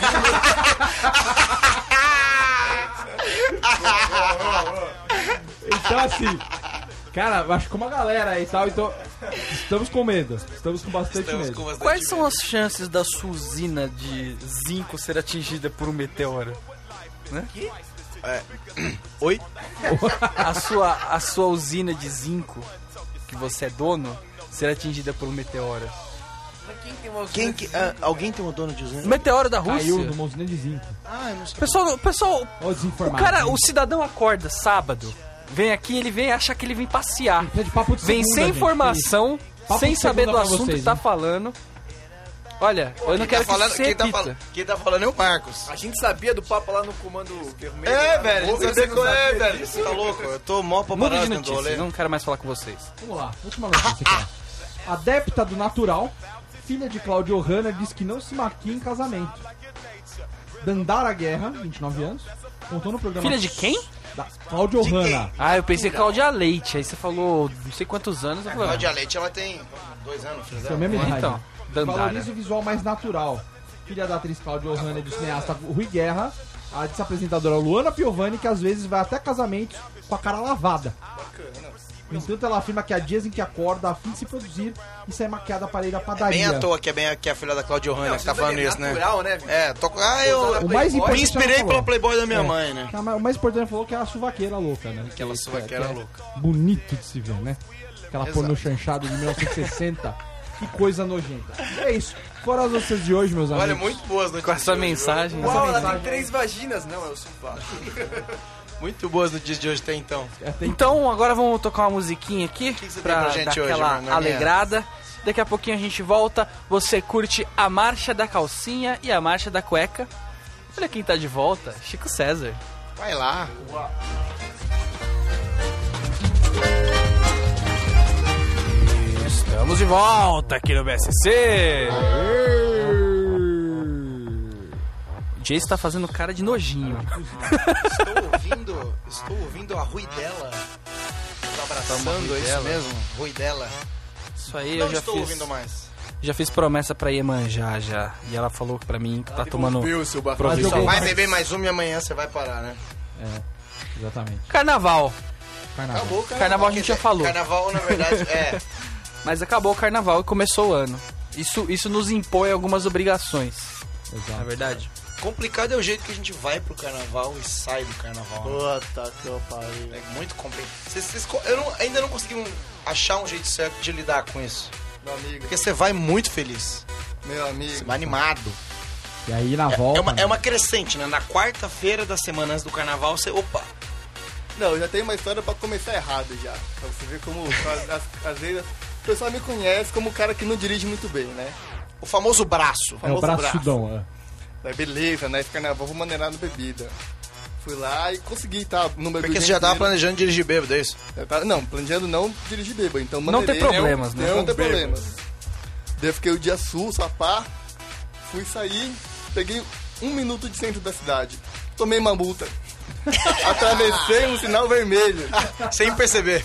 Speaker 2: Então assim, cara, eu acho que uma galera aí e tal, então estamos com medo, estamos com bastante
Speaker 3: Estamos
Speaker 2: medo.
Speaker 3: com bastante
Speaker 1: Quais são as chances da sua usina de zinco ser atingida por um meteoro? Né?
Speaker 3: É, Oi?
Speaker 1: A sua, a sua usina de zinco, que você é dono, ser atingida por um meteoro?
Speaker 3: Quem que. ah, alguém tem um dono de usina?
Speaker 1: Meteoro da Rússia?
Speaker 2: Caiu no Monzinho de Zinco.
Speaker 3: Ah, eu não sei.
Speaker 1: Pessoal, pessoal,
Speaker 2: Ó,
Speaker 1: o
Speaker 2: desinformado.
Speaker 1: cara, o cidadão acorda sábado, vem aqui, ele vem achar que ele vem passear.
Speaker 2: Isso é de papo de
Speaker 1: Vem
Speaker 2: segunda,
Speaker 1: sem
Speaker 2: gente.
Speaker 1: informação,
Speaker 2: Papo
Speaker 1: sem
Speaker 2: de
Speaker 1: saber do
Speaker 2: segunda pra
Speaker 1: assunto
Speaker 2: vocês,
Speaker 1: que tá
Speaker 2: hein?
Speaker 1: falando. Olha, eu não
Speaker 3: Quem
Speaker 1: quero
Speaker 3: tá falando,
Speaker 1: que você
Speaker 3: quem, tá
Speaker 1: repita.
Speaker 3: falando, quem tá falando é o Marcos.
Speaker 4: A gente sabia do Papa lá no comando vermelho.
Speaker 3: É,
Speaker 4: lá no
Speaker 3: velho, não
Speaker 4: Google,
Speaker 3: sabia
Speaker 4: você
Speaker 3: qual é,
Speaker 4: sabia
Speaker 3: velho.
Speaker 4: disso?
Speaker 3: Você tá louco? Eu tô mó pra
Speaker 1: Muda
Speaker 3: parar
Speaker 1: de
Speaker 3: dentro do
Speaker 1: notícia,
Speaker 3: rolê.
Speaker 1: não quero mais falar com vocês.
Speaker 2: Vamos lá, última notícia, cara. Adepta do natural, filha de Claudio Hanna, diz que não se maquia em casamento. Dandara Guerra, 29 anos, contou no programa...
Speaker 1: Filha de quem?
Speaker 2: Da Claudio Hanna.
Speaker 1: Ah, eu pensei Cláudia Leite, aí você falou não sei quantos anos. Eu falei,
Speaker 3: É, Cláudia Leite, ela tem dois anos, filho
Speaker 2: Tem a
Speaker 3: dela.
Speaker 2: mesma
Speaker 1: ah,
Speaker 2: idade.
Speaker 1: então, Dandara.
Speaker 2: Valoriza o visual mais natural. Filha da atriz Claudio Hanna e do cineasta Rui Guerra, a apresentadora Luana Piovani, que às vezes vai até casamentos com a cara lavada. No entanto, ela afirma que há dias em que acorda a fim de se produzir e sai maquiada para ir à padaria.
Speaker 3: Bem à toa que é, bem, que é a filha da Claudia Hanna que tá falando isso, né?
Speaker 4: Natural, né? velho?
Speaker 3: É, tô. Ah, eu.
Speaker 2: O mais
Speaker 3: Me
Speaker 1: é
Speaker 2: importante
Speaker 3: inspirei
Speaker 2: ela falou.
Speaker 3: pela Playboy da minha
Speaker 2: É.
Speaker 3: mãe, né?
Speaker 2: Que a ma- O mais importante ela falou que era a suvaqueira louca, né?
Speaker 3: Aquela
Speaker 2: Que-
Speaker 3: suvaqueira
Speaker 2: que é
Speaker 3: louca.
Speaker 2: Bonito de se ver, né? Aquela
Speaker 3: Exato.
Speaker 2: pornô chanchada de 1960. que coisa nojenta. É isso. Foram as notícias de hoje, meus amigos.
Speaker 3: Olha, muito boas notícias.
Speaker 1: Com essa
Speaker 3: de hoje,
Speaker 1: mensagem.
Speaker 4: Uau, ela
Speaker 2: mensagem-
Speaker 1: né?
Speaker 4: tem três vaginas. Não, eu sou um Papa.
Speaker 3: viu? Muito boas notícias de hoje até então.
Speaker 2: Até
Speaker 1: Então, agora vamos tocar uma musiquinha aqui
Speaker 3: que você tem
Speaker 1: pra
Speaker 3: pra gente
Speaker 1: dar
Speaker 3: hoje,
Speaker 1: aquela
Speaker 3: Bruno?
Speaker 1: alegrada. Daqui a pouquinho a gente volta. Você curte a marcha da calcinha e a marcha da cueca. Olha quem tá de volta, Chico César.
Speaker 3: Vai lá.
Speaker 1: Estamos de volta aqui no BSC. O Jay está tá fazendo cara de nojinho.
Speaker 3: Estou ouvindo. Estou ouvindo a Rui dela. Estou abraçando, é isso mesmo? Rui dela.
Speaker 1: Isso aí
Speaker 3: Não
Speaker 1: eu já
Speaker 3: estou
Speaker 1: fiz,
Speaker 3: ouvindo mais.
Speaker 1: já fiz promessa pra Iemanjá já. E ela falou pra mim que tá tomando
Speaker 4: Meu, seu Papa.
Speaker 1: provisão.
Speaker 3: Vai beber mais uma e amanhã você vai parar, né?
Speaker 2: Exatamente.
Speaker 1: Carnaval.
Speaker 2: Carnaval.
Speaker 1: Carnaval a gente
Speaker 3: Quer
Speaker 1: já
Speaker 3: dizer,
Speaker 1: falou.
Speaker 3: né? é Carnaval, na verdade, é.
Speaker 1: Mas acabou o carnaval e começou o ano. Isso, isso nos impõe algumas obrigações, na
Speaker 2: Exato.
Speaker 1: verdade.
Speaker 3: Complicado é o jeito que a gente vai pro carnaval e sai do carnaval. né?
Speaker 5: Puta que eu pariu.
Speaker 3: É muito complicado. Vocês- vocês co- eu não- ainda não consegui um- achar um jeito certo de lidar com isso.
Speaker 5: Meu amigo,
Speaker 3: Porque você vai muito feliz.
Speaker 5: meu
Speaker 3: Você
Speaker 5: amigo.
Speaker 3: vai animado.
Speaker 2: E aí na
Speaker 3: É,
Speaker 2: volta.
Speaker 3: é uma,
Speaker 2: né?
Speaker 3: é uma crescente, né? Na quarta-feira da semana antes do carnaval, você. Opa!
Speaker 5: Não, eu já tenho uma história pra começar errado já. Pra você ver como, as- as- às vezes, o pessoal me conhece como um cara que não dirige muito bem, né?
Speaker 3: O famoso braço.
Speaker 2: É o
Speaker 5: famoso braço.
Speaker 2: braçudão. é.
Speaker 5: Falei, beleza, né? Esse carnaval vou maneirar no bebida. Fui lá e consegui, tá? No meu
Speaker 3: Porque você já tava planejando dirigir bêbado, é isso?
Speaker 5: Eu tava- Não, planejando não dirigir bêbado, então
Speaker 1: Não tem
Speaker 5: maneirei,
Speaker 1: problemas, né?
Speaker 5: Não,
Speaker 1: Não
Speaker 5: tem
Speaker 1: bêbado.
Speaker 5: problemas. Daí eu fiquei o dia sul, sapá, fui sair, peguei um minuto de centro da cidade. Tomei uma multa. Atravessei um sinal vermelho.
Speaker 3: Sem perceber.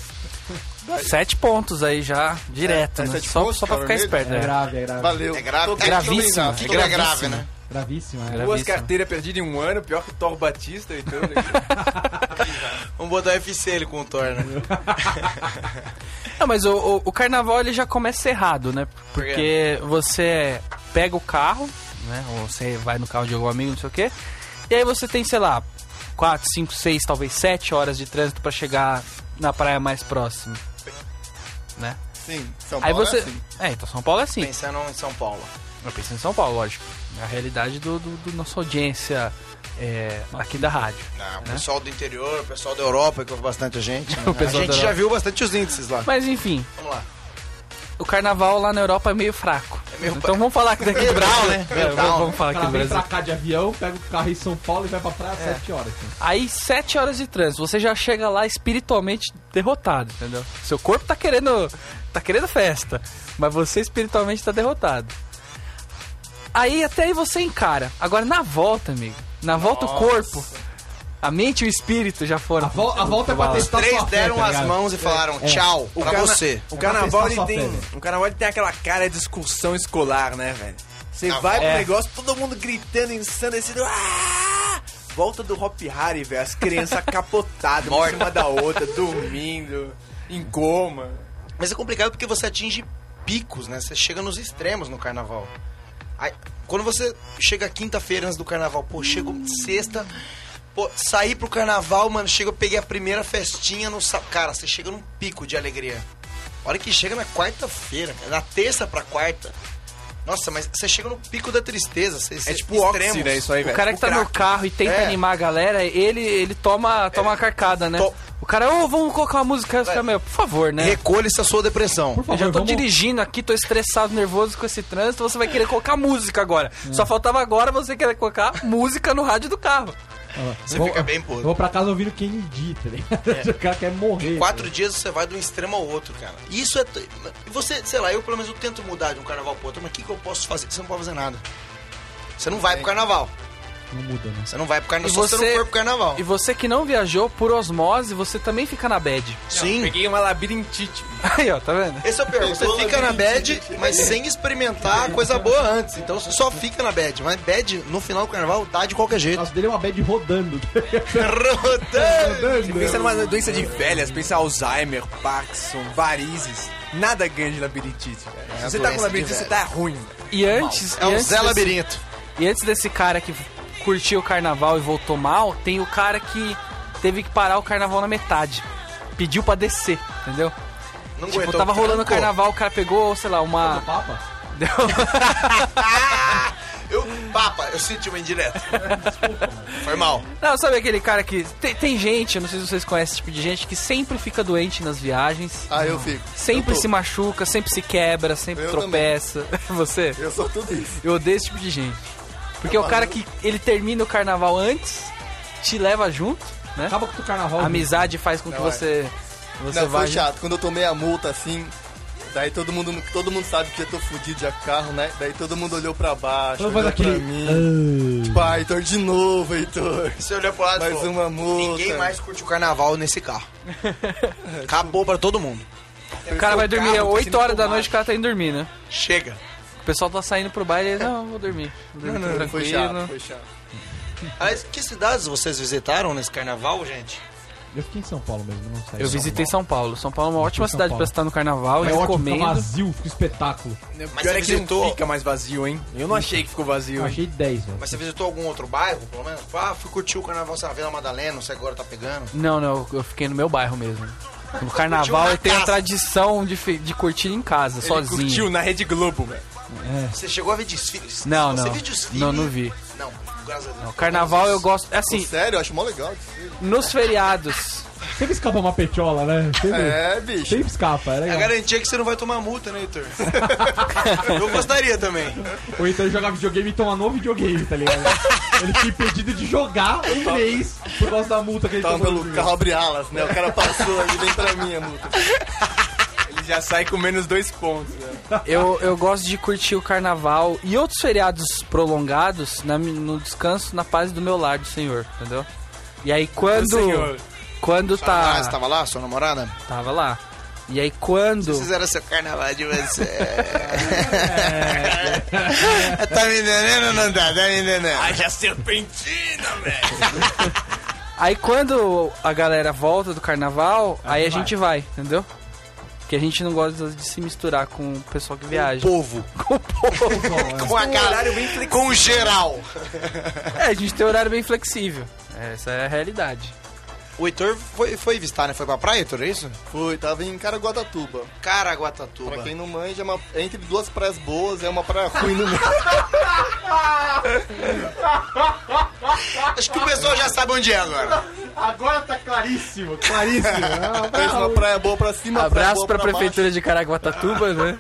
Speaker 1: Sete pontos aí já, direto,
Speaker 5: É, é
Speaker 1: né?
Speaker 5: sete
Speaker 1: Só,
Speaker 5: pontos,
Speaker 1: só pra
Speaker 5: tá
Speaker 1: ficar
Speaker 5: vermelho?
Speaker 1: esperto.
Speaker 2: É
Speaker 1: né?
Speaker 2: grave, é grave.
Speaker 5: Valeu.
Speaker 3: É grave.
Speaker 5: Tô-
Speaker 3: É
Speaker 1: gravíssimo,
Speaker 5: tô bem,
Speaker 3: Fica grave, né?
Speaker 2: Gravíssima, é.
Speaker 4: Duas
Speaker 1: Gravíssimo.
Speaker 4: então, né? carteiras perdidas em um ano, pior que Thor Batista e tudo.
Speaker 3: Vamos botar FC ele contorna.
Speaker 1: Não, mas o, o, o carnaval ele já começa errado, né?
Speaker 3: Por quê?
Speaker 1: Porque você pega o carro, né? Ou você vai no carro de algum amigo, não sei o quê. E aí você tem, sei lá, 4, 5, 6, talvez 7 horas de trânsito pra chegar na praia mais próxima. Né?
Speaker 5: Sim, São
Speaker 1: Aí
Speaker 5: Paulo
Speaker 1: você.
Speaker 5: é assim.
Speaker 1: É, então São Paulo é assim.
Speaker 3: Pensando em São Paulo.
Speaker 1: Eu pensei em São Paulo, lógico. É a realidade do, do, do nossa audiência é, aqui da rádio.
Speaker 3: Ah, o pessoal do interior, o pessoal da Europa, que ouve bastante a gente. né?
Speaker 1: Né? O pessoal
Speaker 3: a
Speaker 1: da
Speaker 3: gente já
Speaker 1: Europa.
Speaker 3: viu bastante os índices lá.
Speaker 1: Mas enfim,
Speaker 3: Vamos lá.
Speaker 1: o carnaval lá na Europa é meio fraco.
Speaker 3: meio-
Speaker 1: Então vamos falar aqui daqui do Brasil.
Speaker 3: né?
Speaker 1: É,
Speaker 3: Meio down,
Speaker 1: vamos, vamos falar
Speaker 2: O
Speaker 1: aqui
Speaker 2: cara
Speaker 1: do
Speaker 2: vem
Speaker 1: Brasil.
Speaker 2: pra cá de avião, pega o carro em São Paulo e vai pra praia às 7 horas. cara.
Speaker 1: Aí, 7 horas de trânsito, você já chega lá espiritualmente derrotado, entendeu? Seu corpo tá querendo. tá querendo festa, mas você espiritualmente tá derrotado. Aí até aí você encara. Agora na volta, amigo. Na volta o corpo, a mente e o espírito já foram.
Speaker 2: A, vol- a volta é pra testar sua
Speaker 3: Três
Speaker 2: fé,
Speaker 3: deram
Speaker 2: tá
Speaker 3: as
Speaker 2: ligado?
Speaker 3: mãos e falaram tchau
Speaker 4: O
Speaker 3: pra
Speaker 4: carna-
Speaker 3: você.
Speaker 4: O
Speaker 2: É
Speaker 4: carnaval,
Speaker 2: pra
Speaker 4: ele
Speaker 2: testar
Speaker 4: tem,
Speaker 2: sua pele.
Speaker 4: o carnaval ele tem aquela cara de excursão escolar, né, velho? Você
Speaker 3: Ah,
Speaker 4: vai pro
Speaker 1: é.
Speaker 4: negócio, todo mundo gritando, ensandecido. "Ah!" Volta do Hop Harry, velho. As crianças capotadas, uma em cima da outra, dormindo, em coma.
Speaker 3: Mas é complicado porque você atinge picos, né? Você chega nos extremos no carnaval. Aí, quando você chega quinta-feira antes do carnaval, pô, chego sexta, pô, saí pro carnaval, mano, chega, eu peguei a primeira festinha no. sa- Cara, você chega num pico de alegria. A hora que chega na quarta-feira, cara, na terça pra quarta. Nossa, mas você chega no pico da tristeza. Você,
Speaker 4: É tipo óxido, né? Isso aí,
Speaker 1: O
Speaker 4: velho.
Speaker 1: cara que
Speaker 4: Tipo
Speaker 1: tá no
Speaker 4: crack.
Speaker 1: carro e tenta
Speaker 3: É.
Speaker 1: animar a galera, ele, ele toma, toma uma carcada, né?
Speaker 3: To-
Speaker 1: O cara, ô, vamos colocar uma música, os caras, meu, por favor, né?
Speaker 3: Recolhe-se a sua depressão.
Speaker 2: Por
Speaker 1: Eu
Speaker 2: favor,
Speaker 1: já tô
Speaker 2: vamos...
Speaker 1: dirigindo aqui, tô estressado, nervoso com esse trânsito, você vai querer colocar música agora.
Speaker 2: É.
Speaker 1: Só faltava agora você querer colocar música no rádio do carro.
Speaker 2: Olha lá.
Speaker 3: Você
Speaker 2: Eu vou-
Speaker 3: fica bem puto.
Speaker 2: Eu vou pra casa ouvindo Kennedy, tá ligado? O cara quer morrer.
Speaker 3: Em quatro dias você vai de um extremo ao outro, cara. E Isso é. t- E você, sei lá, eu pelo menos eu tento mudar de um carnaval pro outro, mas o que, que eu posso fazer? Você não pode fazer nada. Você não vai pro carnaval.
Speaker 2: tá ligado? Não muda, né?
Speaker 3: Você não vai pro
Speaker 1: É. E
Speaker 3: carnaval. Só se você
Speaker 1: você-
Speaker 3: não for pro carnaval.
Speaker 1: E você que não viajou por osmose, você também fica na bad.
Speaker 3: Sim.
Speaker 4: Peguei uma labirintite.
Speaker 1: Aí, ó, tá vendo?
Speaker 3: Esse é o pior. Você
Speaker 5: Pegou
Speaker 3: fica na
Speaker 5: labirintite.
Speaker 3: bad, mas sem experimentar coisa boa antes. Então você só fica na bad. Mas bad, no final do carnaval, dá de qualquer jeito.
Speaker 2: Nossa, dele é uma bad rodando.
Speaker 3: Rodando.
Speaker 4: Pensa numa doença de velhas, pensa Alzheimer, Parkinson, varizes. Nada ganha de labirintite, velho. Se
Speaker 3: a
Speaker 4: você tá
Speaker 3: doença
Speaker 4: com
Speaker 3: de
Speaker 4: labirintite, você tá ruim. velho.
Speaker 1: E antes.
Speaker 3: É
Speaker 1: e
Speaker 3: um
Speaker 1: antes
Speaker 3: Zé
Speaker 1: desse-
Speaker 3: Labirinto.
Speaker 1: E antes desse cara que curtiu o carnaval e voltou mal, tem o cara que teve que parar o carnaval na metade. Pediu pra descer, entendeu?
Speaker 3: Não
Speaker 1: Tipo,
Speaker 3: aguentou.
Speaker 1: tava rolando o
Speaker 3: Trancou.
Speaker 1: carnaval, o cara pegou, sei lá, uma.
Speaker 2: Papa?
Speaker 3: Eu, papa, eu senti uma indireta. Foi mal.
Speaker 1: Não, sabe aquele cara que. Tem, tem gente, eu não sei se vocês conhecem esse tipo de gente, que sempre fica doente nas viagens.
Speaker 5: Ah, eu fico.
Speaker 1: Sempre
Speaker 5: Eu tô-
Speaker 1: se machuca, sempre se quebra, sempre
Speaker 5: Eu
Speaker 1: tropeça. Você?
Speaker 5: Eu sou tudo isso.
Speaker 1: Eu odeio esse tipo de gente. Porque o cara que ele termina o carnaval antes, te leva junto, né?
Speaker 2: Acaba com o carnaval.
Speaker 1: A amizade faz com que
Speaker 5: Não, é.
Speaker 1: você. Você
Speaker 5: Não,
Speaker 1: vá
Speaker 5: foi chato. Quando eu tomei a multa, assim... Daí todo mundo, todo mundo sabe que eu tô fudido de carro, né? Daí todo mundo olhou pra baixo,
Speaker 2: Todo
Speaker 5: olhou
Speaker 2: mundo
Speaker 5: pra
Speaker 2: faz aquele-
Speaker 5: mim. Tipo, ah, Heitor, de novo, Heitor.
Speaker 3: Você olhou pro lado e
Speaker 5: Mais
Speaker 1: um
Speaker 3: falou,
Speaker 5: uma multa.
Speaker 3: Ninguém mais curte o carnaval nesse carro. Acabou pra todo mundo.
Speaker 1: O cara vai dormir
Speaker 4: carro,
Speaker 1: às
Speaker 5: assim,
Speaker 1: 8 horas da
Speaker 4: sintomático.
Speaker 1: noite, o cara tá indo dormir, né?
Speaker 3: Chega.
Speaker 1: O pessoal tá saindo pro baile e ele, não, vou dormir. Vou dormir
Speaker 5: Não, foi chato,
Speaker 1: tranquilo.
Speaker 5: foi chato.
Speaker 3: Aliás, que cidades vocês visitaram nesse carnaval, gente?
Speaker 2: Eu fiquei em São Paulo mesmo, não saí.
Speaker 1: Eu visitei São Paulo. São Paulo é uma ótima
Speaker 2: São
Speaker 1: cidade
Speaker 2: Paulo.
Speaker 1: pra estar no carnaval,
Speaker 2: É ótimo, fica
Speaker 1: recomendo.
Speaker 2: vazio, fica um espetáculo.
Speaker 3: Mas
Speaker 4: Pior
Speaker 3: você
Speaker 4: é que
Speaker 3: visitou-
Speaker 4: não fica mais vazio, hein? Eu não achei que ficou
Speaker 2: Eu
Speaker 4: vazio, hein?
Speaker 2: achei 10, velho.
Speaker 3: Mas você visitou algum outro bairro, pelo menos? Ah, fui curtir o carnaval sei lá, Vila Madalena, não sei agora tá pegando.
Speaker 1: Não, não, eu fiquei no meu bairro mesmo. No
Speaker 3: Curtiu
Speaker 1: carnaval
Speaker 3: na
Speaker 1: eu tenho a
Speaker 3: casa.
Speaker 1: tradição de, fi- de curtir em casa, sozinho.
Speaker 4: Curtiu na Rede Globo, velho.
Speaker 3: Você chegou a ver desfiles?
Speaker 1: Não,
Speaker 3: Você
Speaker 1: não.
Speaker 3: viu desfile?
Speaker 1: Não, não vi.
Speaker 3: Não, graças a Deus.
Speaker 1: O carnaval eu gosto. Assim,
Speaker 5: Sério, eu acho mó legal. isso.
Speaker 1: nos feriados.
Speaker 2: Sempre escapa uma petiola, né? Sempre,
Speaker 5: É, bicho.
Speaker 2: sempre escapa, é
Speaker 3: É a
Speaker 2: legal.
Speaker 3: garantia que você não vai tomar multa, né, Heitor? eu gostaria também.
Speaker 2: Ou então ele joga videogame e toma novo videogame, tá ligado? ele fica impedido de jogar um mês por causa da multa que ele
Speaker 5: Tava
Speaker 2: tomou. no
Speaker 5: pelo
Speaker 2: jogo.
Speaker 5: carro abre alas, né? O cara passou ali vem pra mim a multa.
Speaker 4: Ele já sai com menos dois pontos, velho.
Speaker 1: Eu, eu gosto de curtir o carnaval e outros feriados prolongados na mi- no descanso, na paz do meu lar do senhor, entendeu? E aí quando.
Speaker 4: Senhor.
Speaker 1: Quando tá.
Speaker 3: Ah, você tava lá, sua namorada?
Speaker 1: Tava lá. E aí quando.
Speaker 3: Fizeram seu carnaval de você. tá me entendendo ou não tá? Tá me entendendo?
Speaker 4: Haja serpentina, velho.
Speaker 1: Aí quando a galera volta do carnaval, aí,
Speaker 2: Aí
Speaker 1: a
Speaker 2: vai.
Speaker 1: gente vai, entendeu? Porque a gente não gosta de se misturar com o pessoal que viaja.
Speaker 3: Povo. Com a galera Com geral.
Speaker 1: É, a gente tem horário bem flexível. Essa é a realidade.
Speaker 3: O Heitor foi, foi visitar, né? Foi pra praia, Heitor, é isso?
Speaker 5: Foi, tava em Caraguatatuba.
Speaker 3: Caraguatatuba.
Speaker 5: Pra quem não manja, é uma- é entre duas praias boas, é uma praia ruim no meio.
Speaker 3: Acho que o pessoal já sabe onde é agora.
Speaker 2: Agora tá claríssimo, claríssimo.
Speaker 5: Fez uma praia boa pra cima, uma praia
Speaker 1: Abraço
Speaker 5: boa
Speaker 1: pra
Speaker 5: baixo.
Speaker 1: prefeitura de Caraguatatuba, né?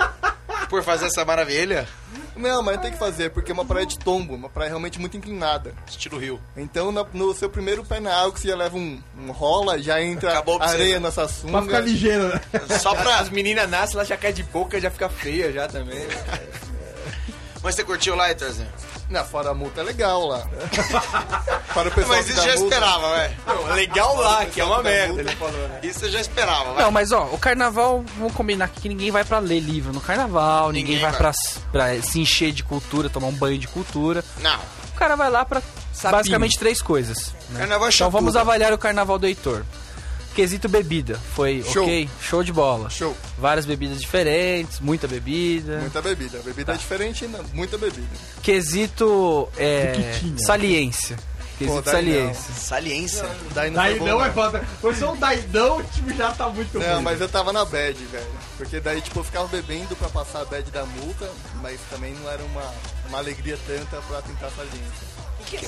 Speaker 3: Por fazer essa maravilha.
Speaker 5: Não, mas tem que fazer, porque é uma praia de tombo, uma praia realmente muito inclinada.
Speaker 3: Estilo Rio.
Speaker 5: Então, na- no seu primeiro pé na água, que você já leva um, um rola, já entra
Speaker 3: Acabou pra você, né?
Speaker 5: areia nessa sunga.
Speaker 2: pra ficar ligeiro, né?
Speaker 3: Só pra...
Speaker 4: As meninas nascem, Ah, ela já cai de boca, já fica feia já também.
Speaker 3: Mas você curtiu lá, Heitorzinho?
Speaker 5: Não, fora a multa é legal lá. Fora o pessoal
Speaker 3: Mas
Speaker 5: que
Speaker 3: isso
Speaker 5: dá
Speaker 3: já
Speaker 5: multa.
Speaker 3: esperava, é velho.
Speaker 4: Legal lá, que é uma merda.
Speaker 5: multa.
Speaker 4: Ele falou, né?
Speaker 3: Isso eu já esperava, vai.
Speaker 1: Não, mas ó, o carnaval, vamos combinar aqui que ninguém vai pra ler livro no carnaval, ninguém,
Speaker 3: Ninguém
Speaker 1: vai,
Speaker 3: vai.
Speaker 1: Pra, pra se encher de cultura, tomar um banho de cultura.
Speaker 3: Não.
Speaker 1: O cara vai lá pra basicamente três coisas.
Speaker 3: Carnaval
Speaker 1: Então
Speaker 3: show.
Speaker 1: vamos avaliar o carnaval do Heitor. Quesito bebida. Foi
Speaker 5: Show.
Speaker 1: ok, show de bola.
Speaker 5: Show.
Speaker 1: Várias bebidas diferentes, muita bebida.
Speaker 5: Muita bebida. A
Speaker 2: Tá.
Speaker 5: bebida é diferente, não. muita bebida.
Speaker 1: Quesito é,
Speaker 2: Piquitinha.
Speaker 1: saliência. Quesito
Speaker 5: daí
Speaker 1: saliência.
Speaker 3: Saliência.
Speaker 5: Daí não
Speaker 2: Daí
Speaker 5: foi bom,
Speaker 2: não é
Speaker 3: Tá né?
Speaker 2: foda. Foi só um daí não, o time já tá muito
Speaker 5: Não,
Speaker 2: ruim.
Speaker 5: mas eu tava na bad, velho. Porque daí, tipo, eu ficava bebendo pra passar a bad da multa, mas também não era uma, uma alegria tanta pra tentar saliência.
Speaker 3: O que,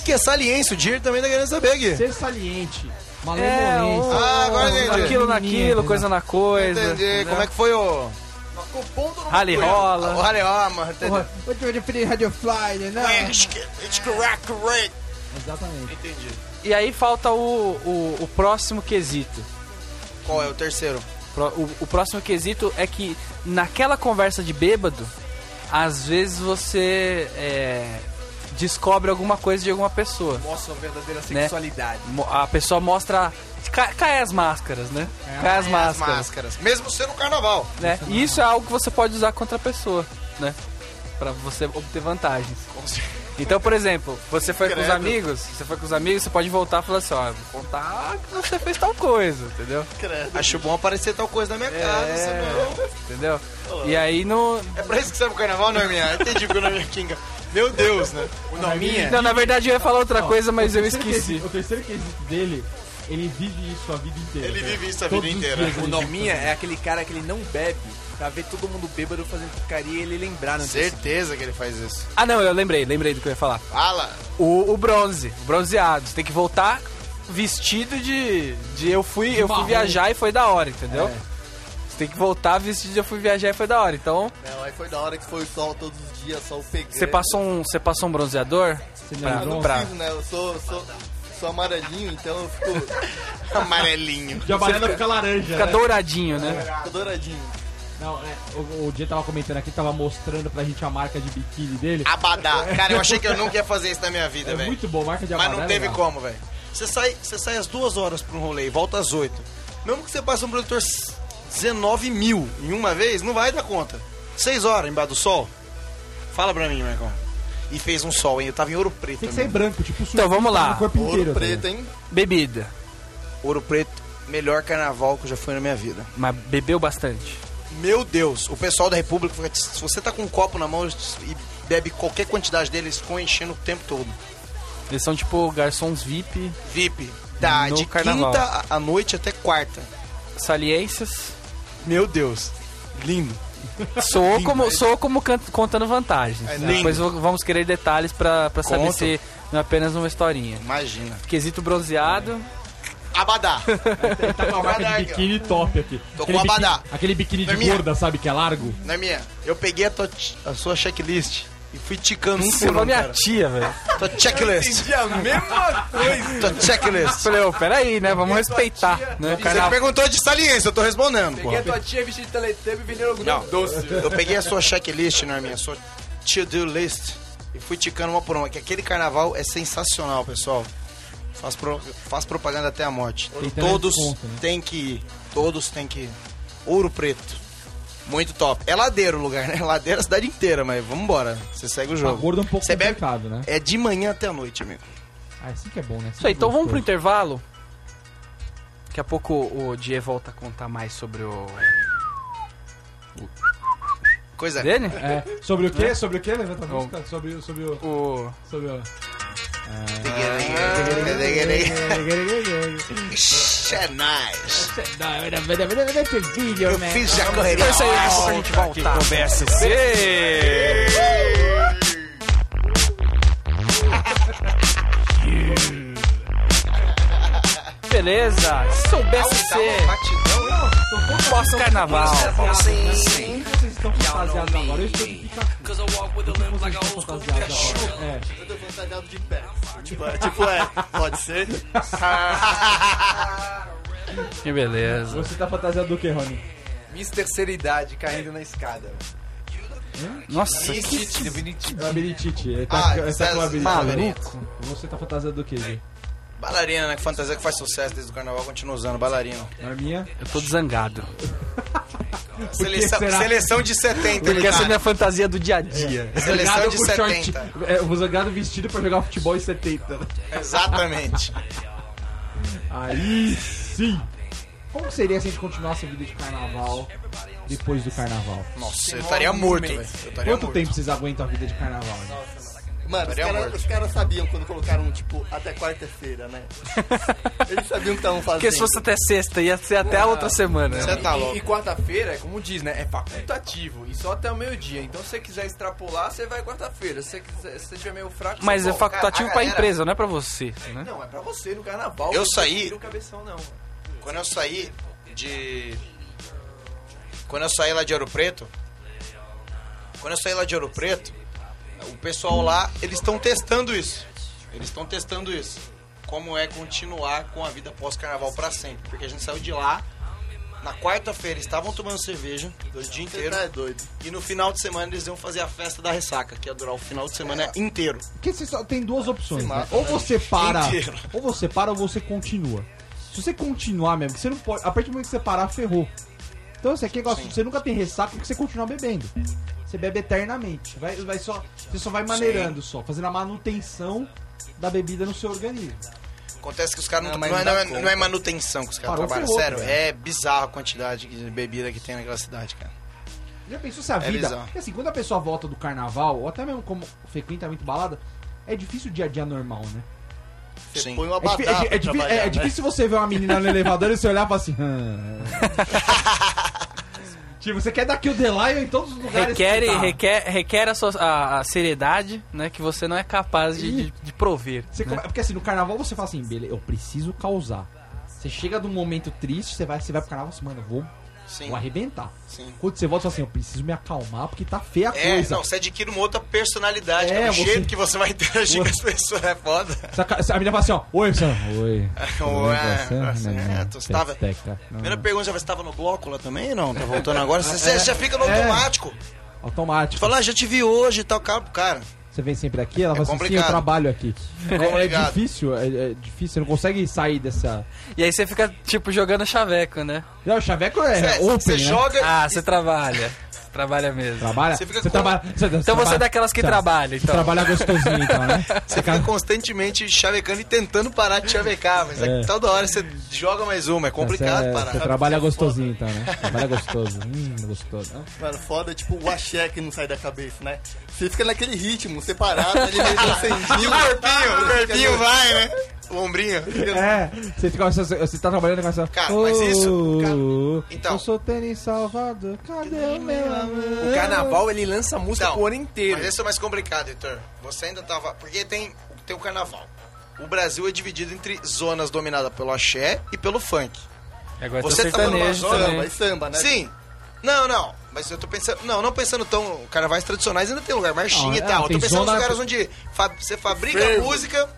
Speaker 3: que é saliência? O Dir também tá querendo saber aqui.
Speaker 2: Ser saliente,
Speaker 1: É,
Speaker 2: malevolência.
Speaker 1: o-
Speaker 3: Ah, agora entendi.
Speaker 1: Aquilo naquilo,
Speaker 2: Menina,
Speaker 1: coisa na coisa.
Speaker 3: Entendi. Como é que foi o...
Speaker 1: Rally
Speaker 3: O
Speaker 1: rola.
Speaker 3: Raleó, mano.
Speaker 2: Porra, vou te preferir Radio Fly, né? Não. Exatamente.
Speaker 3: Entendi.
Speaker 1: E aí falta o, o, o próximo quesito.
Speaker 3: Qual é o terceiro?
Speaker 1: Pro- O, o próximo quesito é que naquela conversa de bêbado, às vezes você é, descobre alguma coisa de alguma pessoa.
Speaker 4: Mostra a verdadeira
Speaker 1: Né?
Speaker 4: sexualidade.
Speaker 1: Mo- A pessoa mostra. ca- Cai as máscaras, né?
Speaker 3: É,
Speaker 1: Cai as máscaras.
Speaker 3: máscaras. Mesmo sendo carnaval.
Speaker 1: né? E isso é algo que você pode usar contra a pessoa, né? Pra você obter vantagens. Então, por exemplo, você foi com os
Speaker 5: Credo.
Speaker 1: amigos, você foi com os amigos, você pode voltar e falar assim, ó, vou contar que você fez tal coisa, entendeu?
Speaker 3: Acho bom aparecer tal coisa na minha casa, senão...
Speaker 1: Entendeu? E aí não.
Speaker 3: um- É pra isso que serve o carnaval, não é minha? Entendi o que não é minha Kinga. Meu Deus, né? O Norminha?
Speaker 1: Não, na verdade eu ia falar outra
Speaker 2: Ó,
Speaker 1: coisa, mas
Speaker 2: o
Speaker 1: eu
Speaker 2: terceiro
Speaker 1: esqueci.
Speaker 2: quesito- O terceiro quesito dele, ele vive isso a vida inteira.
Speaker 3: Ele
Speaker 2: cara.
Speaker 3: vive isso a
Speaker 2: Todos
Speaker 3: vida
Speaker 2: os
Speaker 3: inteira.
Speaker 2: dias
Speaker 4: O
Speaker 2: ele
Speaker 4: Norminha é aquele cara que ele não bebe pra ver todo mundo bêbado fazendo porcaria e ele lembrar,
Speaker 2: né?
Speaker 4: não sei se-
Speaker 3: Certeza que ele faz isso.
Speaker 1: Ah não, eu lembrei, lembrei do que eu ia falar.
Speaker 3: Fala.
Speaker 1: O, o bronze, o bronzeado, você tem que voltar vestido de. de eu fui, eu fui
Speaker 2: marrom.
Speaker 1: viajar e foi da hora, entendeu? Você tem que voltar vestido de eu fui viajar e foi da hora. Então,
Speaker 5: Não, Né, aí foi da hora que foi o sol todos os dias, sol pegando.
Speaker 1: Você passou um, você passou um bronzeador?
Speaker 5: Ah, não
Speaker 1: Pra,
Speaker 2: lembrou?
Speaker 1: pra-
Speaker 5: preciso, né? Eu sou, sou, sou amarelinho, então eu fico
Speaker 3: Amarelinho.
Speaker 2: De amarelo fica laranja.
Speaker 1: Fica
Speaker 2: né?
Speaker 1: douradinho, né?
Speaker 5: fico douradinho.
Speaker 2: Não, é, o, o dia tava comentando aqui, tava mostrando pra gente a marca de biquíni dele.
Speaker 3: Abadá. Cara, eu achei que eu nunca ia fazer isso na minha vida,
Speaker 2: é
Speaker 3: Ah, velho.
Speaker 2: muito bom, marca de
Speaker 3: Mas
Speaker 2: amarelo. é
Speaker 3: não teve
Speaker 2: cara.
Speaker 3: como, velho. Você sai, você sai às duas horas pra um rolê e volta às oito. Mesmo que você passe um protetor s- 19 mil em uma vez, não vai dar conta. Seis horas embaixo do sol? Fala pra mim, Marcão. E fez um sol, hein? Eu tava em Ouro Preto.
Speaker 2: Tem que ser
Speaker 3: amigo.
Speaker 2: branco, tipo o
Speaker 1: Então, vamos lá.
Speaker 2: O corpo inteiro. tá
Speaker 5: Ouro preto, hein?
Speaker 1: Bebida.
Speaker 3: Ouro Preto, melhor carnaval que eu já fui na minha vida.
Speaker 1: Mas bebeu bastante.
Speaker 3: Meu Deus, o pessoal da República, fica- se você tá com um copo na mão e bebe qualquer quantidade deles, ficam enchendo o tempo todo.
Speaker 1: Eles são tipo garçons VIP,
Speaker 3: VIP, tá
Speaker 1: No
Speaker 3: de
Speaker 1: carnaval.
Speaker 3: quinta à- à noite até quarta.
Speaker 1: saliências.
Speaker 3: Meu Deus, lindo.
Speaker 1: Soou como, soou como can- contando vantagens.
Speaker 3: É,
Speaker 1: né?
Speaker 3: lindo.
Speaker 1: Depois vo- vamos querer detalhes pra, pra saber
Speaker 3: Conto.
Speaker 1: se não é apenas uma historinha.
Speaker 3: Imagina.
Speaker 1: Quesito
Speaker 3: É.
Speaker 1: bronzeado.
Speaker 3: Abadá.
Speaker 2: Tá com a marca de biquíni top aqui.
Speaker 3: Tô com
Speaker 2: Aquele biquíni-
Speaker 3: abadá.
Speaker 2: Aquele biquíni de
Speaker 3: Norminha.
Speaker 2: gorda, sabe, que é largo.
Speaker 3: Na minha, eu peguei a, tua ti- a sua checklist e fui ticando um
Speaker 1: Você
Speaker 3: por
Speaker 1: é
Speaker 3: um,
Speaker 1: minha
Speaker 3: cara.
Speaker 1: tia, velho.
Speaker 3: Tua checklist.
Speaker 4: Entendi a mesma coisa.
Speaker 3: Tua checklist.
Speaker 1: Falei, ô, peraí, né? Vamos respeitar.
Speaker 4: tia-
Speaker 1: Né? O
Speaker 3: Você
Speaker 1: carnaval-
Speaker 3: perguntou de saliência, eu tô respondendo, pô.
Speaker 4: Peguei a tua tia vestida de teletubby e vendeu algum
Speaker 3: Não.
Speaker 4: doce.
Speaker 3: Eu peguei a sua checklist, não é minha, a sua to-do list e fui ticando uma por uma. Que aquele carnaval é sensacional, pessoal. Faz, pro- faz propaganda até a morte.
Speaker 2: Tem
Speaker 3: Todos
Speaker 2: desconto, né?
Speaker 3: têm que ir. Todos têm que ir. Ouro Preto. Muito top. É ladeira o lugar, né? Ladeira a cidade inteira, mas vambora. Você segue o
Speaker 2: A
Speaker 3: jogo.
Speaker 2: gorda é um pouco
Speaker 3: Você bebe
Speaker 2: complicado, né?
Speaker 3: É de manhã até a noite, amigo.
Speaker 2: Ah, assim que é bom, né?
Speaker 1: Isso aí, então vamos pro intervalo. Daqui a pouco o Die volta a contar mais sobre o.
Speaker 3: Coisa
Speaker 1: Dele?
Speaker 2: É, sobre o quê?
Speaker 3: Né?
Speaker 2: Sobre o quê? Levanta a
Speaker 1: Bom.
Speaker 2: música. Sobre, o- sobre o...
Speaker 1: O.
Speaker 2: Sobre o...
Speaker 3: Ixi, é nice.
Speaker 2: Eu
Speaker 3: Eu fiz já correria.
Speaker 1: É Isso aí, daqui a pouco a gente volta. Conversa Beleza, se
Speaker 3: Tá
Speaker 1: soubesse ser
Speaker 3: Batidão,
Speaker 1: pós-carnaval.
Speaker 3: sim, sim.
Speaker 2: Vocês estão fantasiados agora. Eu estou de Pikachu. Vocês estão fantasiados agora. É.
Speaker 5: Eu tô fantasiado de pé. Tipo, é, tipo, é, pode ser.
Speaker 1: Que beleza.
Speaker 2: Você tá fantasiado do que, Rony?
Speaker 4: Miss Terceiridade caindo na escada.
Speaker 1: Nossa, que
Speaker 2: É o labirintite. Ele tá,
Speaker 3: Ah,
Speaker 2: ele tá com
Speaker 3: César,
Speaker 2: labirintite.
Speaker 3: maluco.
Speaker 2: Você tá fantasiado do que, Gui?
Speaker 3: Bailarina, né? Que fantasia que faz sucesso desde o carnaval, continua usando bailarina.
Speaker 2: Na é minha?
Speaker 1: eu tô zangado.
Speaker 3: Seleção,
Speaker 2: será?
Speaker 3: seleção de 70,
Speaker 1: Porque
Speaker 3: ele
Speaker 1: essa é
Speaker 3: tá.
Speaker 1: a minha fantasia do dia a dia.
Speaker 3: Seleção
Speaker 2: Zangado
Speaker 3: de
Speaker 2: com
Speaker 3: 70.
Speaker 2: short. É, o zangado vestido pra jogar futebol em 70. né?
Speaker 3: Exatamente.
Speaker 2: Aí sim! Como seria se a gente continuasse a vida de carnaval depois do carnaval?
Speaker 3: Nossa, eu estaria morto, velho. Eu estaria
Speaker 2: Quanto
Speaker 3: morto.
Speaker 2: tempo vocês aguentam a vida de carnaval? né?
Speaker 5: Mano, os
Speaker 3: Estaria
Speaker 5: caras
Speaker 3: morto.
Speaker 5: os caras sabiam quando colocaram, tipo, até quarta-feira, né? Eles sabiam o que estavam fazendo.
Speaker 1: Porque se fosse até sexta, ia ser até a outra semana.
Speaker 3: Você tá
Speaker 4: E
Speaker 3: louco.
Speaker 4: quarta-feira, é como diz, né? É facultativo. E só até o meio-dia. Então, se você quiser extrapolar, você vai quarta-feira. Se você, quiser, se você tiver meio fraco,
Speaker 1: Mas
Speaker 4: você
Speaker 1: é
Speaker 4: volta.
Speaker 1: facultativo
Speaker 3: a
Speaker 1: pra
Speaker 3: galera-
Speaker 1: empresa, não é pra você, né?
Speaker 4: Não, é pra você no carnaval.
Speaker 3: Eu
Speaker 4: você
Speaker 3: saí-
Speaker 4: Não tira o cabeção, não.
Speaker 3: Quando eu saí de. Quando eu saí lá de Ouro Preto. Quando eu saí lá de Ouro Preto, o pessoal lá, eles estão testando isso. Eles estão testando isso. Como é continuar com a vida pós-carnaval pra sempre. Porque a gente saiu de lá. Na quarta-feira estavam tomando cerveja o dia
Speaker 5: Você
Speaker 3: inteiro.
Speaker 5: tá doido.
Speaker 3: E no final de semana eles iam fazer a festa da ressaca, que ia durar o final de semana
Speaker 5: É.
Speaker 3: inteiro.
Speaker 2: Porque você só tem duas opções,
Speaker 5: Se
Speaker 2: né?
Speaker 5: mata,
Speaker 2: Ou você para,
Speaker 3: Inteiro.
Speaker 2: ou você para ou você continua. Se você continuar mesmo, que você não pode, a partir do momento que você parar, ferrou. Então você quer
Speaker 3: Sim.
Speaker 2: você nunca tem ressaca porque você continua bebendo. Você bebe eternamente. Vai, vai só, você só vai maneirando só, fazendo a manutenção da bebida no seu organismo.
Speaker 3: Acontece que os caras não,
Speaker 5: Não,
Speaker 3: não,
Speaker 5: mas
Speaker 3: é-
Speaker 5: não
Speaker 3: não
Speaker 5: dá
Speaker 3: é,
Speaker 5: conta.
Speaker 3: não é manutenção que os caras
Speaker 2: Parou,
Speaker 3: trabalham.
Speaker 2: ferrou,
Speaker 3: Sério,
Speaker 2: cara.
Speaker 3: é bizarro a quantidade de bebida que tem naquela cidade, cara.
Speaker 2: Já pensou se a vida.
Speaker 3: bizarro.
Speaker 2: porque assim, quando a pessoa volta do carnaval, ou até mesmo como frequenta muito balada, é difícil o dia a dia normal, né?
Speaker 5: Você
Speaker 3: Sim.
Speaker 5: põe uma
Speaker 2: É, difi- é
Speaker 5: batata
Speaker 2: di- é
Speaker 5: pra
Speaker 2: difi-
Speaker 5: trabalhar,
Speaker 2: é- é
Speaker 5: né?
Speaker 2: difícil você ver uma menina no elevador e você olhar e falar assim. "Hum." tipo, você quer dar kill the lion em todos os lugares.
Speaker 1: Requer,
Speaker 2: que você tá.
Speaker 1: requer, requer a, sua, a, a seriedade, né? Que você não é capaz de, de, de prover.
Speaker 2: Você come- Porque assim, no carnaval você fala assim, beleza, eu preciso causar. Você chega de um momento triste, você vai, você vai pro carnaval e fala assim, mano, eu vou,
Speaker 3: Sim.
Speaker 2: vou arrebentar.
Speaker 3: Sim.
Speaker 2: Quando você volta, você fala assim, eu preciso me acalmar porque tá feia a
Speaker 3: É,
Speaker 2: coisa.
Speaker 5: então.
Speaker 3: não, você adquire uma outra personalidade,
Speaker 2: É,
Speaker 3: cara. O
Speaker 2: você-
Speaker 3: jeito que você vai interagir com as pessoas é foda.
Speaker 2: Essa ca- essa- A menina fala assim, ó, oi, Sam. Oi. é,
Speaker 5: É,
Speaker 2: assim,
Speaker 3: Ué,
Speaker 2: "Ah, né,
Speaker 3: certo, você tava- Primeira
Speaker 2: Primeira
Speaker 3: pergunta, já você estava no bloco lá também? Não, tá voltando agora. Você,
Speaker 2: É.
Speaker 3: você já fica no automático.
Speaker 2: Automático.
Speaker 3: Fala, ah, já te vi hoje e tal, cara. Cara,
Speaker 2: Você vem sempre aqui, ela
Speaker 3: É
Speaker 2: fala assim, sim, eu
Speaker 3: complicado.
Speaker 2: trabalho aqui. É, é
Speaker 3: complicado.
Speaker 2: difícil, é, é difícil, você não consegue sair dessa.
Speaker 1: E aí você fica, tipo, jogando chaveco, né?
Speaker 2: Não, o Chaveco é
Speaker 3: você,
Speaker 2: open,
Speaker 3: você
Speaker 2: né?
Speaker 3: joga.
Speaker 1: Ah, você trabalha. Trabalha mesmo.
Speaker 2: Trabalha.
Speaker 3: Você fica
Speaker 2: você
Speaker 3: com-
Speaker 2: trabalha.
Speaker 1: Então você é daquelas que trabalha,
Speaker 2: Você
Speaker 1: então.
Speaker 2: trabalha gostosinho, então, né?
Speaker 3: Você fica constantemente chavecando e tentando parar de chavecar, mas é.
Speaker 2: É.
Speaker 3: que toda hora você joga mais uma, é complicado é
Speaker 2: você,
Speaker 3: parar.
Speaker 2: Você trabalha gostosinho, então, né? Trabalha gostoso. Hum, gostoso.
Speaker 5: Mano, foda é tipo o axé que não sai da cabeça, né? Você fica naquele ritmo, separado, ali meio um
Speaker 3: E o
Speaker 5: dançandinho.
Speaker 3: corpinho,
Speaker 4: Ah,
Speaker 3: o corpinho vai, né? O ombrinho.
Speaker 2: É, você, fica, você, você tá trabalhando com essa.
Speaker 3: Cara, mas isso-
Speaker 2: Oh,
Speaker 3: Então.
Speaker 2: Eu sou tênis salvado, cadê o meu amor?
Speaker 4: O carnaval, ele lança música
Speaker 3: Então,
Speaker 4: o ano inteiro.
Speaker 3: Mas esse é o mais complicado, Heitor. Você ainda tava. Porque tem, tem o carnaval. O Brasil é dividido entre zonas dominadas pelo axé e pelo funk.
Speaker 1: Agora tem
Speaker 3: Você
Speaker 1: o
Speaker 3: tá
Speaker 5: né,
Speaker 3: numa
Speaker 1: sertanejo
Speaker 3: zona,
Speaker 1: também.
Speaker 5: Samba, e samba,
Speaker 4: é
Speaker 5: né?
Speaker 3: Sim. Não, não. Mas eu tô pensando. Não, não pensando tão. Carnavais tradicionais ainda tem lugar, marchinha
Speaker 2: Não,
Speaker 3: e
Speaker 2: é,
Speaker 3: tal. Eu tô
Speaker 2: tem
Speaker 3: pensando nos
Speaker 2: zona-
Speaker 3: lugares onde fa- você fabrica
Speaker 5: Fervo.
Speaker 3: música.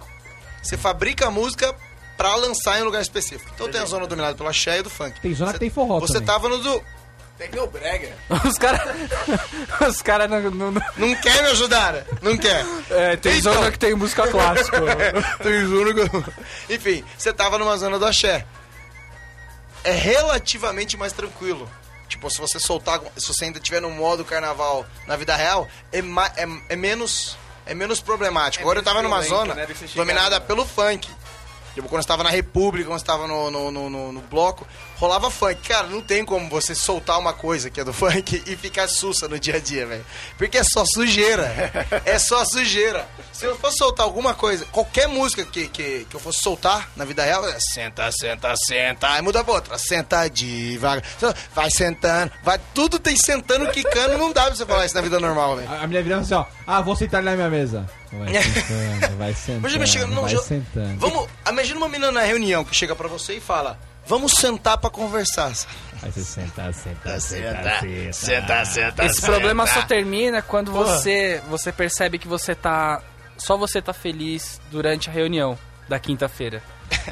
Speaker 3: Você fabrica a música pra lançar em um lugar específico. Então tem a zona dominada pelo axé e do funk.
Speaker 2: Tem
Speaker 3: Você-
Speaker 2: zona que tem forró
Speaker 3: Você tá
Speaker 2: também.
Speaker 3: tava no do.
Speaker 4: Tecnobrega.
Speaker 1: Os caras. Os caras não. não- não-
Speaker 3: Não quer me ajudar? né? Não quer.
Speaker 1: É, tem
Speaker 3: Então.
Speaker 1: zona que tem música clássica.
Speaker 3: Tem zona que- Enfim, você tava numa zona do axé. É relativamente mais tranquilo. Tipo, se você soltar, se você ainda tiver no modo carnaval na vida real, é, ma- é, é menos. é menos problemático.
Speaker 4: É
Speaker 3: Agora eu
Speaker 4: menos
Speaker 3: tava numa
Speaker 4: violento,
Speaker 3: zona
Speaker 4: né, do que você chegar
Speaker 3: dominada
Speaker 4: no-
Speaker 3: pelo funk. Tipo, quando eu estava na República, quando eu estava no, no, no, no- no bloco, rolava funk. Cara, não tem como você soltar uma coisa que é do funk e ficar sussa no dia a dia, velho. Porque é só sujeira. é só sujeira. Se eu fosse soltar alguma coisa, qualquer música que, que, que eu fosse soltar na vida real, é senta, senta, senta. Aí muda pra outra. Senta devagar. Vai sentando. Vai, tudo tem sentando, quicando. Não dá pra você falar isso na vida normal, velho.
Speaker 2: A, a mulher virando assim, ó. Ah, vou sentar ali na minha mesa. Vai sentando, vai
Speaker 3: Imagina, chegando,
Speaker 2: sentando,
Speaker 3: não,
Speaker 2: vai
Speaker 3: jo-
Speaker 2: sentando.
Speaker 3: Vamos, imagina uma menina na reunião que chega pra você e fala: "Vamos sentar pra conversar".
Speaker 2: Aí você senta,
Speaker 3: Senta,
Speaker 2: senta, senta, senta.
Speaker 3: senta, senta.
Speaker 1: Esse problema é só termina quando você você percebe que você tá. Só você tá feliz durante a reunião da quinta-feira.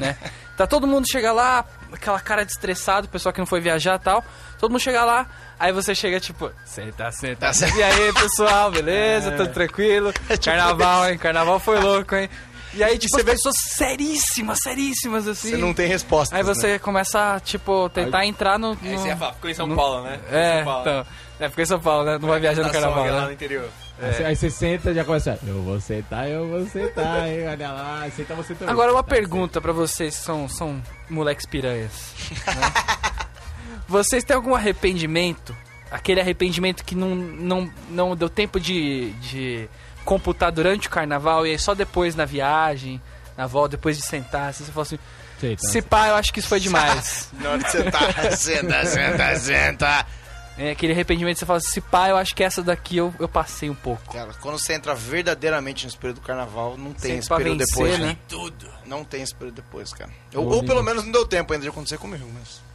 Speaker 1: Né? tá todo mundo chega lá, aquela cara de estressado, o pessoal que não foi viajar e tal. Todo mundo chega lá, aí você chega tipo, senta, senta. E aí, pessoal, beleza? Tudo tranquilo? Carnaval, hein? Carnaval foi louco, hein? E aí, tipo,
Speaker 3: você
Speaker 1: as
Speaker 3: vê-
Speaker 1: pessoas seríssimas, seríssimas, assim.
Speaker 3: Você não tá tem resposta. né?
Speaker 1: Aí você começa, tipo, tentar entrar no...
Speaker 4: Aí
Speaker 1: no-
Speaker 4: você ia falar, é ficou em São
Speaker 1: no-
Speaker 4: Paulo, né? Ficou em
Speaker 1: É,
Speaker 4: São Paulo.
Speaker 1: então. É, porque em São Paulo, né? Não vai viajar no
Speaker 4: Na
Speaker 1: carnaval,
Speaker 4: sogra, lá no
Speaker 1: né?
Speaker 4: interior.
Speaker 3: É.
Speaker 2: Aí você- Aí você senta e já começa. Eu vou sentar, eu vou sentar, hein? Olha lá, senta você também.
Speaker 1: Agora uma
Speaker 2: Senta,
Speaker 1: pergunta pra vocês, que são, são moleques piranhas. né? vocês têm algum arrependimento? Aquele arrependimento que não, não, não deu tempo de, de computar durante o carnaval e aí só depois na viagem, na volta, depois de sentar, assim, você fala assim,
Speaker 2: senta.
Speaker 1: se pá, eu acho que isso foi demais.
Speaker 3: Na hora tá- de sentar, senta, senta, senta.
Speaker 1: É, aquele arrependimento que você fala assim, se pá, eu acho que essa daqui eu, eu passei um pouco.
Speaker 3: Cara, quando você entra verdadeiramente no espírito do carnaval, não tem
Speaker 1: Sempre pra
Speaker 3: espírito
Speaker 1: vencer,
Speaker 3: depois,
Speaker 1: né?
Speaker 3: Tudo. Não tem espírito depois, cara. Ou,
Speaker 2: Ô,
Speaker 3: ou pelo
Speaker 2: Deus.
Speaker 3: menos não deu tempo ainda de acontecer comigo, mas.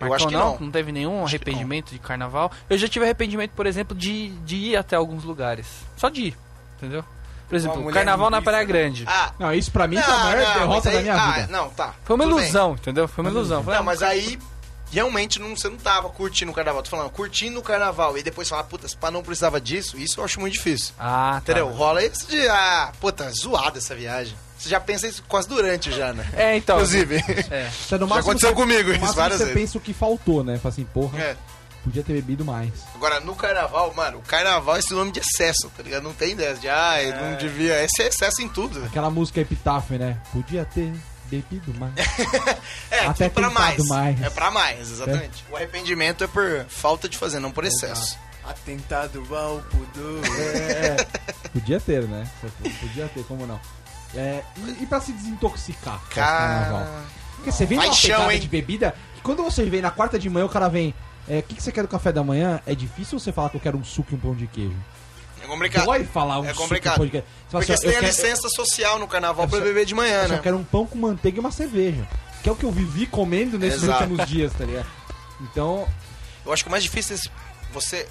Speaker 3: Eu
Speaker 1: Marcão,
Speaker 3: acho que
Speaker 1: não,
Speaker 3: não.
Speaker 1: teve nenhum
Speaker 3: Acho que
Speaker 1: arrependimento de carnaval. Eu já tive arrependimento, por exemplo, de, de ir até alguns lugares. Só de ir, entendeu? Por exemplo,
Speaker 4: mulher
Speaker 1: carnaval na
Speaker 4: linguiça,
Speaker 1: Praia
Speaker 4: né?
Speaker 1: Grande.
Speaker 3: Ah,
Speaker 2: Não, isso pra mim foi a
Speaker 3: não,
Speaker 2: maior
Speaker 3: não, mas
Speaker 2: derrota
Speaker 3: aí-
Speaker 2: da minha
Speaker 3: ah,
Speaker 2: vida.
Speaker 3: Não, tá.
Speaker 1: Foi uma
Speaker 3: tudo bem.
Speaker 1: ilusão, entendeu? Foi uma ilusão. Foi
Speaker 3: Não, mas aí realmente não, você não tava curtindo o carnaval. Tô falando, curtindo o carnaval e depois falar, puta, se pá, não precisava disso, isso eu acho muito difícil.
Speaker 1: Ah, tá.
Speaker 3: Entendeu? Rola isso de, ah, puta, zoada essa viagem. Você já pensa isso quase durante já, né?
Speaker 1: É, então.
Speaker 3: Inclusive.
Speaker 1: É.
Speaker 2: Você, Tá no
Speaker 3: já
Speaker 2: máximo,
Speaker 3: aconteceu
Speaker 2: você,
Speaker 3: comigo
Speaker 2: no
Speaker 3: isso
Speaker 2: máximo
Speaker 3: várias
Speaker 2: você
Speaker 3: vezes.
Speaker 2: pensa o que faltou, né? Fala assim, porra,
Speaker 3: É.
Speaker 2: podia ter bebebido mais.
Speaker 3: Agora, no carnaval, mano, o carnaval é sinônimo de excesso, tá ligado? Não tem dessa de, ah, eu não devia. Esse é excesso em tudo. velho.
Speaker 2: Aquela música epitáfio, né? Podia ter bebido mais.
Speaker 3: É,
Speaker 2: Até
Speaker 3: é pra
Speaker 2: tentado
Speaker 3: mais.
Speaker 2: mais.
Speaker 3: É pra mais, exatamente. O arrependimento é por falta de fazer, não por excesso.
Speaker 4: Atentado ao pudor. É.
Speaker 2: Podia ter, né? Podia ter, como não? É, e, e pra se desintoxicar pós carnaval?
Speaker 3: Cara.
Speaker 2: Porque você vem numa
Speaker 3: Paixão,
Speaker 2: pegada
Speaker 3: hein?
Speaker 2: de bebida, que quando você vem na quarta de manhã, o cara vem. é, O que, que você quer do café da manhã? É difícil você falar que eu quero um suco e um pão de queijo.
Speaker 3: É complicado.
Speaker 2: Dói falar um
Speaker 3: é
Speaker 2: suco e um
Speaker 3: complicado.
Speaker 2: pão de queijo. Você fala
Speaker 3: Porque
Speaker 2: assim,
Speaker 3: você
Speaker 2: ó,
Speaker 3: tem a
Speaker 2: eu quero-
Speaker 3: licença social no carnaval
Speaker 2: Eu
Speaker 3: pra
Speaker 2: só-
Speaker 3: beber de manhã,
Speaker 2: Eu
Speaker 3: né?
Speaker 2: só quero um pão com manteiga e uma cerveja. Que é o que eu vivi comendo nesses
Speaker 3: Exato.
Speaker 2: últimos dias, tá ligado? Então,
Speaker 3: Eu acho que o mais difícil é esse- você.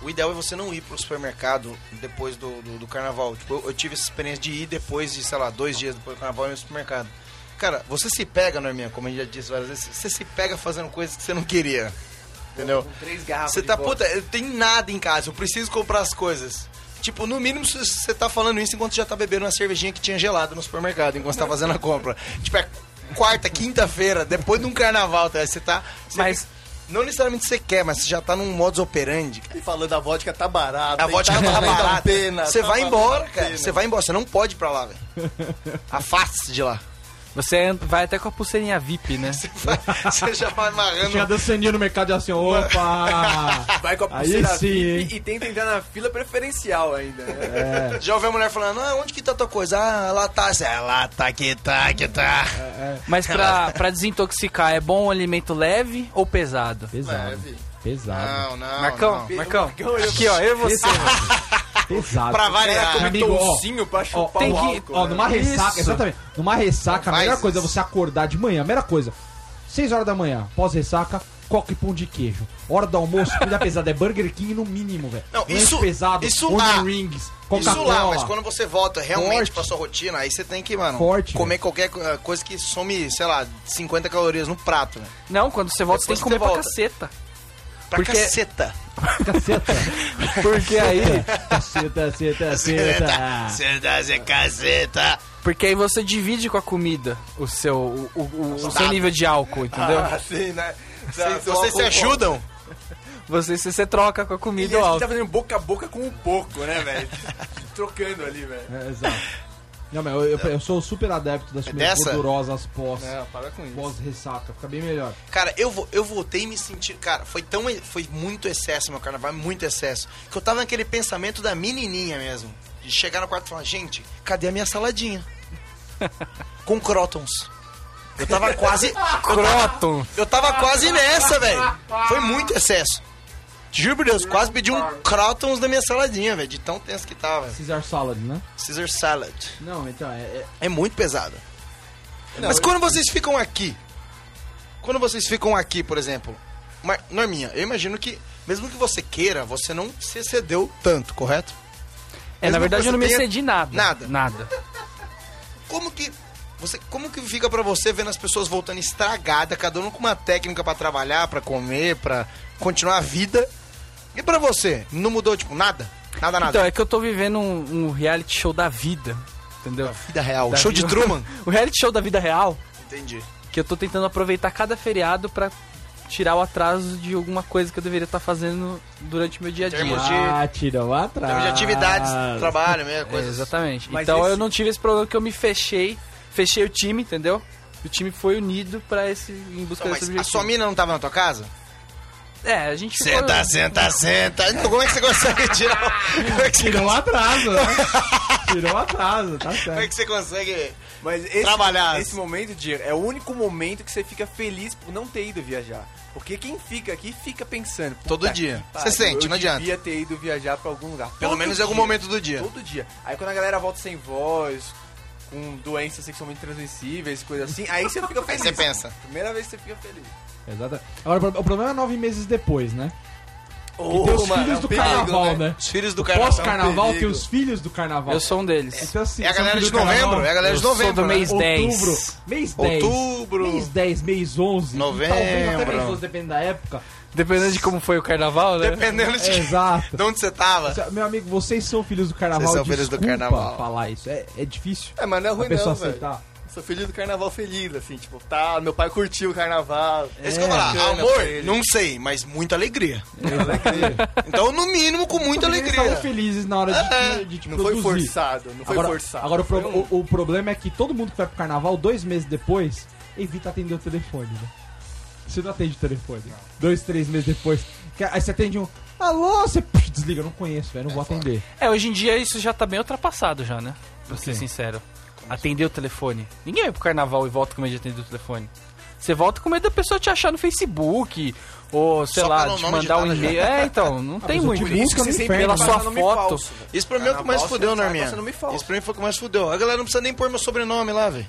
Speaker 3: O ideal é você não ir pro supermercado depois do, do, do carnaval. Tipo, eu, eu tive essa experiência de ir depois de, sei lá, dois dias depois do carnaval no supermercado. Cara, você se pega, Norminha, como eu já disse várias vezes, você se pega fazendo coisas que você não queria. Entendeu?
Speaker 4: Três garrafas.
Speaker 3: Você
Speaker 4: Ah, de
Speaker 3: tá,
Speaker 4: vodka.
Speaker 3: puta, eu tenho nada em casa, eu preciso comprar as coisas. Tipo, no mínimo se você tá falando isso enquanto já tá bebendo uma cervejinha que tinha gelado no supermercado, enquanto você tá fazendo a compra. Tipo, é quarta, quinta-feira, depois de um carnaval, tá? Você tá. você
Speaker 1: Mas-
Speaker 3: fica- Não necessariamente você quer, mas você já tá num modus operandi. cara.
Speaker 5: E falando, a vodka tá barata.
Speaker 3: A
Speaker 5: hein?
Speaker 3: vodka tá
Speaker 5: valendo a
Speaker 3: barata.
Speaker 5: pena,
Speaker 3: Você
Speaker 5: tá
Speaker 3: vai
Speaker 5: valendo
Speaker 3: embora,
Speaker 5: a
Speaker 3: cara.
Speaker 5: pena.
Speaker 3: Você vai embora. Você não pode ir pra lá, velho. Afaste de lá.
Speaker 1: Você an- vai até com a pulseirinha VIP, né?
Speaker 3: Você já vai
Speaker 2: chega
Speaker 3: amarrando.
Speaker 2: dançando no mercado e assim, opa!
Speaker 4: Vai com a
Speaker 2: Aí
Speaker 4: pulseira
Speaker 2: sim,
Speaker 4: VIP e tenta entrar na fila preferencial ainda. né?
Speaker 2: É,
Speaker 3: Já ouviu a mulher falando, ah, onde que tá tua coisa? Ah, lá tá. Você, Ah, lá tá, que tá, que tá.
Speaker 2: é,
Speaker 1: Mas pra, pra desintoxicar, é bom um alimento leve ou pesado?
Speaker 2: Pesado.
Speaker 5: Leve.
Speaker 2: Pesado.
Speaker 3: Não, não.
Speaker 1: Marcão,
Speaker 3: não.
Speaker 1: Marcão, aqui ó, eu e você.
Speaker 2: Pesado.
Speaker 3: Pra
Speaker 4: Ela
Speaker 3: variar.
Speaker 4: come
Speaker 2: Amigo, ó,
Speaker 4: toucinho pra chupar
Speaker 1: tem
Speaker 4: o
Speaker 1: que-
Speaker 4: álcool.
Speaker 2: Ó,
Speaker 4: né?
Speaker 2: numa ressaca,
Speaker 1: Isso.
Speaker 2: exatamente. Numa ressaca, a
Speaker 3: Faz
Speaker 2: melhor coisa é
Speaker 3: isso.
Speaker 2: você acordar de manhã, a melhor coisa. 6 horas da manhã, pós-ressaca, coca e pão de queijo. Hora do almoço, comida pesada, é Burger King no mínimo, velho.
Speaker 3: Não,
Speaker 2: Lanche
Speaker 3: isso-
Speaker 2: pesado,
Speaker 3: isso
Speaker 2: onion
Speaker 3: lá.
Speaker 2: rings,
Speaker 3: Isso lá,
Speaker 2: Coca-Cola.
Speaker 3: mas quando você volta realmente
Speaker 2: Forte.
Speaker 3: pra sua rotina, aí você tem que, mano,
Speaker 2: Forte,
Speaker 3: comer qualquer co- coisa que some, sei lá, 50 calorias no prato, né?
Speaker 1: Não, quando você volta, você tem
Speaker 3: Depois
Speaker 1: que comer
Speaker 3: você
Speaker 1: pra
Speaker 3: volta.
Speaker 1: caceta.
Speaker 3: Pra
Speaker 1: Porque-
Speaker 3: caceta.
Speaker 2: Caceta.
Speaker 1: Porque aí...
Speaker 2: Caceta, É caceta, caceta.
Speaker 3: Caceta, Zé, é caceta.
Speaker 1: Porque aí você divide com a comida o seu, o, o- o- o seu
Speaker 3: Tá.
Speaker 4: Assim,
Speaker 1: nível de álcool, entendeu?
Speaker 5: Ah, sim, né? Já-
Speaker 3: Vocês se
Speaker 5: álcool-
Speaker 3: ajudam?
Speaker 1: Você, você, você troca com a comida
Speaker 4: Ele
Speaker 1: ou
Speaker 4: acha que
Speaker 1: álcool.
Speaker 4: tá fazendo boca a boca com o porco, né, velho? Trocando ali, velho.
Speaker 2: É, exato. Não, mas eu, eu- eu sou super adepto das comidas
Speaker 3: É dessa? É.
Speaker 2: gordurosas pós,
Speaker 4: Não, para com isso.
Speaker 2: pós ressaca. Fica bem melhor.
Speaker 3: Cara, eu, vo- eu voltei me sentir. Cara, foi tão. Foi muito excesso, meu carnaval, muito excesso. Que eu tava naquele pensamento da menininha mesmo. De chegar no quarto e falar: gente, cadê a minha saladinha? Com crotons. Eu tava quase.
Speaker 1: Croton.
Speaker 3: Eu tava quase nessa, velho. Foi muito excesso. Juro por Deus, quase pedi um crotons da minha saladinha, velho. De tão tenso que tava.
Speaker 2: Caesar salad, né?
Speaker 3: Caesar salad.
Speaker 2: Não, então, é, é-
Speaker 3: É muito pesado. Mas quando vocês ficam aqui, quando vocês ficam aqui, por exemplo, Mar Norminha, eu imagino que, mesmo que você queira, você não se excedeu tanto, correto?
Speaker 1: É, na
Speaker 3: Mesmo
Speaker 1: verdade
Speaker 3: que
Speaker 1: eu não me
Speaker 3: você tenha-
Speaker 1: excedi nada.
Speaker 3: Nada.
Speaker 1: Nada.
Speaker 3: Como que você, como que fica pra você vendo as pessoas voltando estragada, cada um com uma técnica pra trabalhar, pra comer, pra continuar a vida? E pra você, não mudou tipo nada? Nada, nada.
Speaker 1: Então, é que eu tô vivendo um, um reality show da vida, entendeu?
Speaker 3: vida real,
Speaker 1: Da
Speaker 3: show de
Speaker 1: vida-
Speaker 3: Truman.
Speaker 1: O reality show da vida real,
Speaker 3: Entendi.
Speaker 1: que eu tô tentando aproveitar cada feriado pra tirar o atraso de alguma coisa que eu deveria estar fazendo durante o meu dia a dia.
Speaker 3: Termos de-
Speaker 2: Ah, tirou atrás.
Speaker 3: Temos de atividades, trabalho, meia
Speaker 1: É,
Speaker 3: coisa.
Speaker 1: exatamente.
Speaker 4: Mas
Speaker 1: então
Speaker 4: esse-
Speaker 1: eu não tive esse problema que eu me fechei, fechei o time, entendeu? O time foi unido pra esse em busca desse
Speaker 3: Então, mas a
Speaker 1: objetivo.
Speaker 3: sua mina não tava na tua casa?
Speaker 1: É, a gente ficou-
Speaker 3: Senta, senta, senta. Então, como é que você consegue tirar? o- Como é que você,
Speaker 2: Tirou um atraso, né? tirou atraso, tá
Speaker 3: como é
Speaker 2: certo.
Speaker 3: que você consegue?
Speaker 4: Mas esse,
Speaker 3: Trabalhar.
Speaker 4: esse momento, Diego, é o único momento que você fica feliz por não ter ido viajar. Porque quem fica aqui fica pensando. "Puta
Speaker 3: Todo
Speaker 4: que
Speaker 3: dia.
Speaker 4: pariu,
Speaker 3: Tá. Você sente, não
Speaker 4: Eu
Speaker 3: adianta.
Speaker 4: devia ter ido viajar pra algum lugar.
Speaker 3: Pelo
Speaker 4: Todo
Speaker 3: menos em algum
Speaker 4: dia.
Speaker 3: momento do dia.
Speaker 4: Todo dia. Aí quando a galera volta sem voz, com doenças sexualmente transmissíveis, coisa assim, aí você fica
Speaker 3: Aí
Speaker 4: feliz.
Speaker 3: você pensa.
Speaker 4: Primeira vez que você fica feliz.
Speaker 2: Exatamente. Agora, o problema é nove meses depois, né?
Speaker 4: Ô,
Speaker 2: tem os
Speaker 4: mano,
Speaker 2: filhos
Speaker 4: é um
Speaker 2: do
Speaker 4: perigo,
Speaker 2: carnaval,
Speaker 4: né?
Speaker 2: né?
Speaker 3: Os filhos do carnaval.
Speaker 2: Pós-carnaval tem
Speaker 4: perigo.
Speaker 2: os filhos do carnaval.
Speaker 1: Eu sou um deles.
Speaker 2: Então, assim,
Speaker 3: É a
Speaker 2: são
Speaker 3: galera
Speaker 2: filhos
Speaker 3: de
Speaker 2: do carnaval.
Speaker 3: novembro, é a galera
Speaker 1: Eu
Speaker 3: de
Speaker 1: sou do
Speaker 3: novembro. né?
Speaker 1: mês
Speaker 2: Outubro,
Speaker 1: 10.
Speaker 2: mês 10.
Speaker 3: Outubro.
Speaker 2: Mês 10, mês 11.
Speaker 3: Novembro.
Speaker 2: Talvez até mês 12, depende da época.
Speaker 1: Dependendo de como foi o carnaval, né?
Speaker 3: Dependendo de,
Speaker 2: Exato.
Speaker 3: de onde você tava.
Speaker 2: Se- Meu amigo, vocês são filhos do carnaval.
Speaker 3: Vocês são filhos do
Speaker 2: desculpa
Speaker 3: carnaval.
Speaker 2: falar isso. É, é difícil
Speaker 5: É, mas não é
Speaker 2: a
Speaker 5: ruim
Speaker 2: pessoa
Speaker 5: não, velho.
Speaker 2: aceitar.
Speaker 5: Sou feliz do carnaval feliz, assim, tipo, tá, meu pai curtiu o carnaval.
Speaker 3: É isso que eu ia falar.
Speaker 5: bacana
Speaker 3: Amor,
Speaker 5: pra ele.
Speaker 3: não sei, mas muita alegria. Então, no mínimo, com muita
Speaker 2: Eles
Speaker 3: alegria. É,
Speaker 2: estavam felizes na hora de, de, de te
Speaker 5: Não foi
Speaker 2: produzir.
Speaker 5: forçado, não foi
Speaker 2: agora,
Speaker 5: forçado.
Speaker 2: agora o, pro-
Speaker 5: Foi um-
Speaker 2: o- o problema é que todo mundo que vai pro carnaval, dois meses depois, evita atender o telefone, né? Você não atende o telefone. Dois, três meses depois. que- Aí você atende um. Alô, você psh, desliga, eu não conheço, velho, não vou atender.
Speaker 1: É, hoje em dia isso já tá bem ultrapassado já, né? Pra ser sincero. Atender o telefone. Ninguém vai pro carnaval e volta com medo de atender o telefone. Você volta com medo da pessoa te achar no Facebook, ou sei
Speaker 3: Só
Speaker 1: lá,
Speaker 3: pelo
Speaker 1: te
Speaker 3: nome
Speaker 1: mandar
Speaker 3: de
Speaker 1: um
Speaker 3: nada já.
Speaker 1: e-mail. É, então, não tem
Speaker 2: mas o
Speaker 1: muito.
Speaker 2: tipo- Isso que
Speaker 4: você
Speaker 2: é um
Speaker 4: sempre
Speaker 2: inferno.
Speaker 4: passa
Speaker 1: Pela sua
Speaker 4: nome
Speaker 1: foto.
Speaker 4: falso, velho.
Speaker 3: Isso pra mim é o que mais
Speaker 4: Carnaval,
Speaker 3: fudeu,
Speaker 4: você não
Speaker 3: Norminha.
Speaker 4: sabe, você não me fala.
Speaker 3: Isso pra mim foi o que mais fudeu. A galera não precisa nem pôr meu sobrenome lá, velho.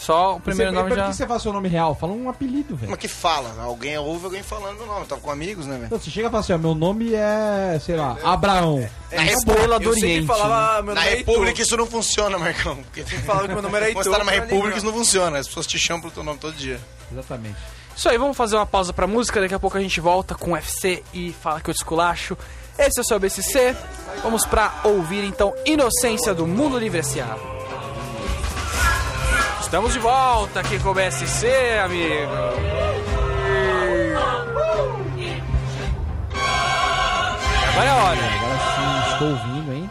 Speaker 1: Só o primeiro
Speaker 2: você,
Speaker 1: nome
Speaker 2: pra
Speaker 1: já.
Speaker 2: que você fala seu nome real? Fala um apelido, velho.
Speaker 3: Mas que fala. Alguém ouve alguém falando meu nome. Eu Tava com amigos, né, velho?
Speaker 2: Então, você chega e fala assim, ó, meu nome é, sei lá, Abraão.
Speaker 3: Na, Repu-
Speaker 1: Estrela do
Speaker 4: Eu sempre
Speaker 1: Oriente. né?
Speaker 4: falava meu
Speaker 3: na
Speaker 4: nome é
Speaker 3: República
Speaker 4: Heitor.
Speaker 3: isso não funciona, Marcão. Porque
Speaker 4: Falava que meu nome era
Speaker 3: quando
Speaker 4: Heitor.
Speaker 3: você tá numa
Speaker 4: eu falei,
Speaker 3: República
Speaker 4: não.
Speaker 3: isso não funciona. As pessoas te chamam pelo teu nome todo dia.
Speaker 2: Exatamente.
Speaker 1: Isso aí, vamos fazer uma pausa pra música, daqui a pouco a gente volta com o FC e fala que eu desculacho. Esse é o seu BCC. Vamos pra ouvir então Inocência do Mundo Livre S.A. Estamos de volta aqui com o BSC, amigo. Agora é a hora.
Speaker 2: Agora sim, estou ouvindo, hein?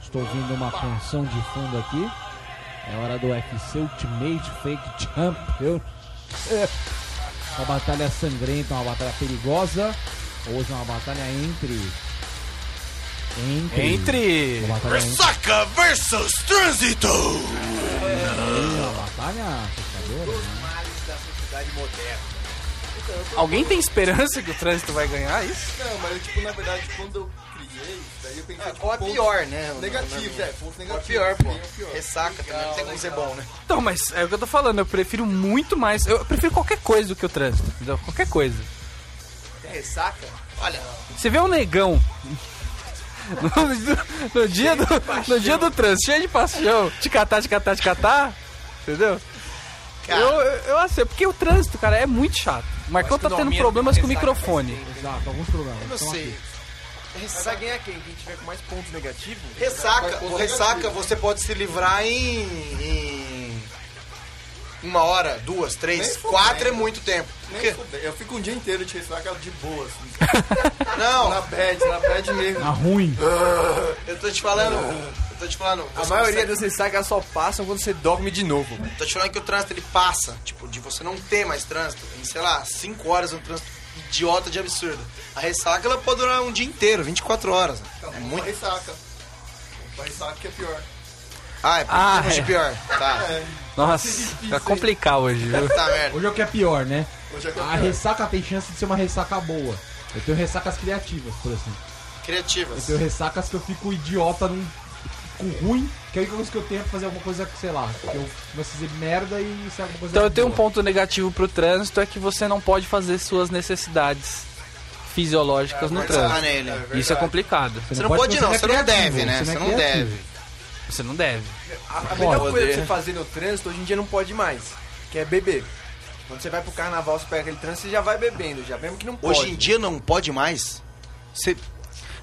Speaker 2: Estou ouvindo uma canção de fundo aqui. É hora do UFC Ultimate Fake Champion. Uma batalha sangrenta, uma batalha perigosa. Hoje é uma batalha entre. Entre.
Speaker 1: Entre.
Speaker 2: Uma batalha entre.
Speaker 3: Saca versus Trânsito!
Speaker 2: Uma batalha assustadora. né?
Speaker 1: Alguém tem esperança que o trânsito vai ganhar isso?
Speaker 5: Não, mas eu, tipo, na verdade, quando eu criei, daí eu pensei, tipo,
Speaker 3: Qual é
Speaker 5: ponto
Speaker 3: pior, né?
Speaker 5: Negativo, é, ponto
Speaker 3: Qual é
Speaker 5: negativo.
Speaker 3: pior, pô?
Speaker 5: Sim, é pior.
Speaker 3: Ressaca também, não tem como ser bom, né?
Speaker 1: Então, mas é o que eu tô falando, eu prefiro muito mais. Eu prefiro qualquer coisa do que o trânsito. entendeu? Qualquer coisa.
Speaker 3: Ressaca? Olha,
Speaker 1: Você vê um negão no, no dia, do, no dia do trânsito, cheio de paixão, te catar, te catar, te catar, entendeu?
Speaker 3: Cara.
Speaker 1: Eu, eu aceito, porque o trânsito, cara, é muito chato. O Marcão tá
Speaker 3: é
Speaker 1: tendo problemas com o microfone.
Speaker 2: Exato, alguns problemas.
Speaker 3: eu não
Speaker 2: Então,
Speaker 3: sei.
Speaker 4: Vai ganhar quem? Quem tiver com mais pontos negativos?
Speaker 3: Ressaca, o ressaca você pode se livrar em. em uma hora, duas, três,
Speaker 5: Nem fudendo.
Speaker 3: quatro é muito tempo.
Speaker 5: Nem
Speaker 3: Porque-
Speaker 5: fudeu. Eu fico um dia inteiro te ressacado de boa, assim. Na
Speaker 3: não,
Speaker 5: bad, na bad mesmo.
Speaker 2: Tá ruim.
Speaker 3: eu tô te falando. Eu tô te falando.
Speaker 4: A
Speaker 3: você
Speaker 4: maioria
Speaker 3: consegue-
Speaker 4: das ressacas só passam quando você dorme de novo.
Speaker 3: Tô te falando que o trânsito ele passa, tipo, de você não ter mais trânsito, em sei lá, 5 horas um trânsito idiota de absurdo. A ressaca ela pode durar um dia inteiro, 24 horas.
Speaker 5: Não,
Speaker 3: É
Speaker 5: uma
Speaker 3: muito.
Speaker 5: ressaca. Uma ressaca que é pior.
Speaker 3: Ah, é por
Speaker 1: Ah,
Speaker 3: motivo
Speaker 1: é.
Speaker 3: de pior. Tá.
Speaker 1: Nossa, vai complicar hoje, viu?
Speaker 3: Tá merda.
Speaker 2: Hoje é o que é pior, né?
Speaker 5: Hoje é que é
Speaker 2: A
Speaker 5: pior.
Speaker 2: ressaca tem chance de ser uma ressaca boa. Eu tenho ressacas criativas, por exemplo. Eu
Speaker 3: Criativas.
Speaker 2: tenho ressacas que eu fico um idiota, num, fico ruim, que a única coisa que eu tenho é fazer alguma coisa, sei lá, que eu começo a fazer merda e sai alguma coisa
Speaker 1: Então eu tenho um
Speaker 2: boa.
Speaker 1: ponto negativo pro trânsito, é que você não pode fazer suas necessidades fisiológicas no
Speaker 3: Tá
Speaker 1: trânsito.
Speaker 3: nele.
Speaker 1: Isso é complicado.
Speaker 3: Você não pode, não,
Speaker 2: porque
Speaker 3: você não
Speaker 2: é criativo,
Speaker 3: deve, né? Você não
Speaker 2: criativo.
Speaker 3: deve.
Speaker 1: Você não deve.
Speaker 4: A, a melhor
Speaker 1: Pode.
Speaker 4: coisa pra você fazer no trânsito hoje em dia não pode mais, que é beber. Quando você vai pro carnaval, você pega aquele trânsito e já vai bebendo, já mesmo que não pode.
Speaker 3: Hoje em dia não pode mais. Você...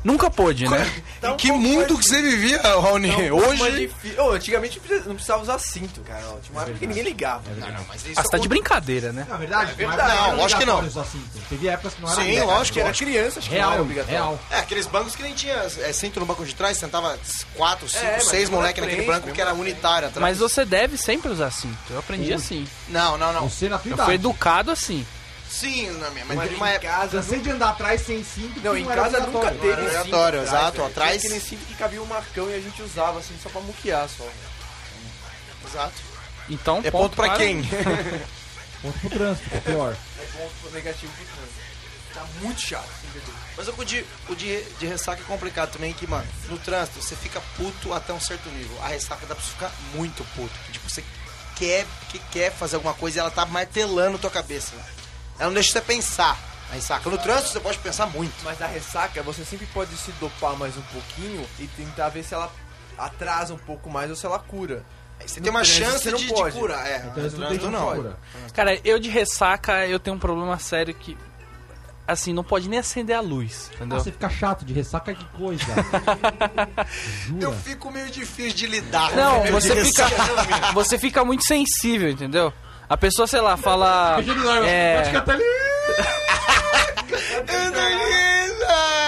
Speaker 1: Nunca pôde, né?
Speaker 4: Então,
Speaker 3: em é que mundo que você vivia, Raoni?
Speaker 4: Mas
Speaker 3: É, Hoje.
Speaker 4: difi- Ô, antigamente não precisa- não precisava usar cinto, cara. Ó,
Speaker 2: É
Speaker 4: Tinha uma época que ninguém ligava.
Speaker 3: Não, não, mas isso
Speaker 1: Ah, você tá de brincadeira, né?
Speaker 2: Na verdade,
Speaker 3: É verdade. Não, lógico que não.
Speaker 2: assim, Teve épocas que não era
Speaker 3: Sim,
Speaker 2: obrigatório.
Speaker 3: lógico. tipo,
Speaker 4: Acho que era criança, acho que não era
Speaker 2: Real,
Speaker 4: obrigatório.
Speaker 2: real.
Speaker 3: É, aqueles bancos que nem tinha é, cinto no banco de trás, sentava quatro, cinco,
Speaker 4: mas
Speaker 3: seis
Speaker 4: na
Speaker 3: moleque naquele
Speaker 4: frente,
Speaker 3: banco que era unitário atrás.
Speaker 1: Mas você deve sempre usar cinto. Eu aprendi assim.
Speaker 3: Não, não, não.
Speaker 2: Você na tua
Speaker 1: Eu
Speaker 2: idade.
Speaker 1: fui educado assim.
Speaker 3: Sim, na minha, mas é
Speaker 4: Mas
Speaker 3: teve
Speaker 4: em
Speaker 3: uma época.
Speaker 4: casa
Speaker 2: Cansei de andar atrás sem cinto. que
Speaker 4: Não, em
Speaker 2: era
Speaker 4: casa nunca
Speaker 2: obrigatório.
Speaker 4: teve
Speaker 3: Não era
Speaker 4: cinto
Speaker 3: obrigatório, exato,
Speaker 4: velho.
Speaker 3: atrás.
Speaker 4: Tinha aquele cinto que cabia o marcão e a gente usava, assim, só pra muquear, só.
Speaker 3: Exato.
Speaker 1: Então,
Speaker 3: É ponto pra quem?
Speaker 2: Ponto pro trânsito, que é pior.
Speaker 4: É ponto negativo de trânsito. Tá muito chato, assim, bebê.
Speaker 3: Mas é o de, o de, de ressaca é complicado também, que, mano, no trânsito você fica puto até um certo nível. A ressaca dá pra você ficar muito puto. que, Tipo, você quer, que quer fazer alguma coisa e ela tá martelando tua cabeça. né? Ela não deixa você pensar. A ressaca. No trânsito você pode pensar muito.
Speaker 4: Mas na ressaca, você sempre pode se dopar mais um pouquinho e tentar ver se ela atrasa um pouco mais ou se ela cura.
Speaker 3: Aí você
Speaker 4: No
Speaker 3: tem uma
Speaker 4: trânsito
Speaker 3: chance
Speaker 4: você não
Speaker 3: de, de
Speaker 4: pode.
Speaker 3: curar. É,
Speaker 2: Então, isso
Speaker 3: no
Speaker 2: não tem
Speaker 3: trânsito não.
Speaker 2: cultura.
Speaker 1: Cara, eu de ressaca, eu tenho um problema sério que. Assim, não pode nem acender a luz,
Speaker 2: Ah,
Speaker 1: entendeu?
Speaker 2: você fica chato de ressaca, que coisa. Jura?
Speaker 3: Eu fico meio difícil de lidar.
Speaker 1: Não,
Speaker 3: Eu
Speaker 1: você
Speaker 3: digo
Speaker 1: fica,
Speaker 3: assim,
Speaker 1: você fica muito sensível, entendeu? A pessoa, sei lá, fala. é,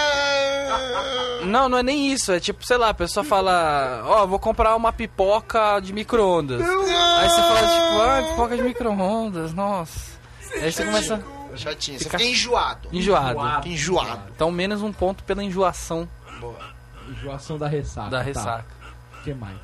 Speaker 3: Andalisa!
Speaker 1: Não, não é nem isso. É tipo, sei lá, a pessoa fala: Ó, vou comprar uma pipoca de micro-ondas. Aí você fala, tipo, ah, pipoca de micro-ondas, nossa. Aí você é começa
Speaker 3: Chatinho, você
Speaker 1: Fica-
Speaker 3: fica enjoado.
Speaker 1: enjoado.
Speaker 3: Fica enjoado.
Speaker 1: Então, menos um ponto pela enjoação
Speaker 2: Enjoação da ressaca.
Speaker 1: da
Speaker 2: tá.
Speaker 1: ressaca.
Speaker 2: O que mais?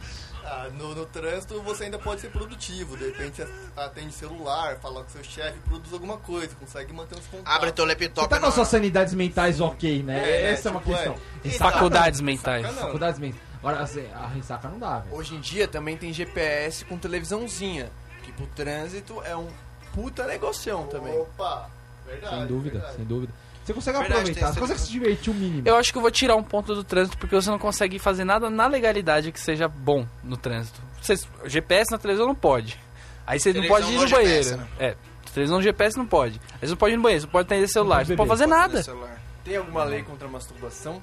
Speaker 5: Ah, no, no trânsito você ainda pode ser produtivo. De repente você atende celular, fala com seu chefe, produz alguma coisa, consegue manter os contatos.
Speaker 3: Abre teu laptop.
Speaker 2: Você tá com
Speaker 3: não.
Speaker 2: as suas sanidades mentais ok, né?
Speaker 5: É,
Speaker 2: Essa é uma
Speaker 5: tipo,
Speaker 2: questão.
Speaker 5: é.
Speaker 1: Tá.
Speaker 2: Ressaca-
Speaker 3: tá.
Speaker 1: Faculdades mentais.
Speaker 5: Sacanagem.
Speaker 2: Faculdades mentais. Agora, assim, a ressaca não dá, velho.
Speaker 4: Hoje em dia também tem GPS com televisãozinha, que pro trânsito é um puta negocião também.
Speaker 5: Opa, verdade.
Speaker 2: Sem dúvida,
Speaker 5: verdade.
Speaker 2: sem dúvida. Você consegue
Speaker 3: Verdade, tem
Speaker 2: aproveitar,
Speaker 3: essa
Speaker 2: você consegue se divertir o mínimo.
Speaker 1: Eu acho que eu vou tirar um ponto do trânsito porque você não consegue fazer nada na legalidade que seja bom no trânsito. Você, GPS na televisão não pode. Aí você não
Speaker 3: Televisão
Speaker 1: pode ir
Speaker 3: não
Speaker 1: no
Speaker 3: GPS,
Speaker 1: banheiro. É, televisão GPS não pode. Aí você não pode ir no banheiro, você não pode atender celular,
Speaker 2: pode
Speaker 1: você não pode
Speaker 2: beber,
Speaker 1: fazer nada.
Speaker 3: No celular.
Speaker 4: Tem alguma lei contra a masturbação?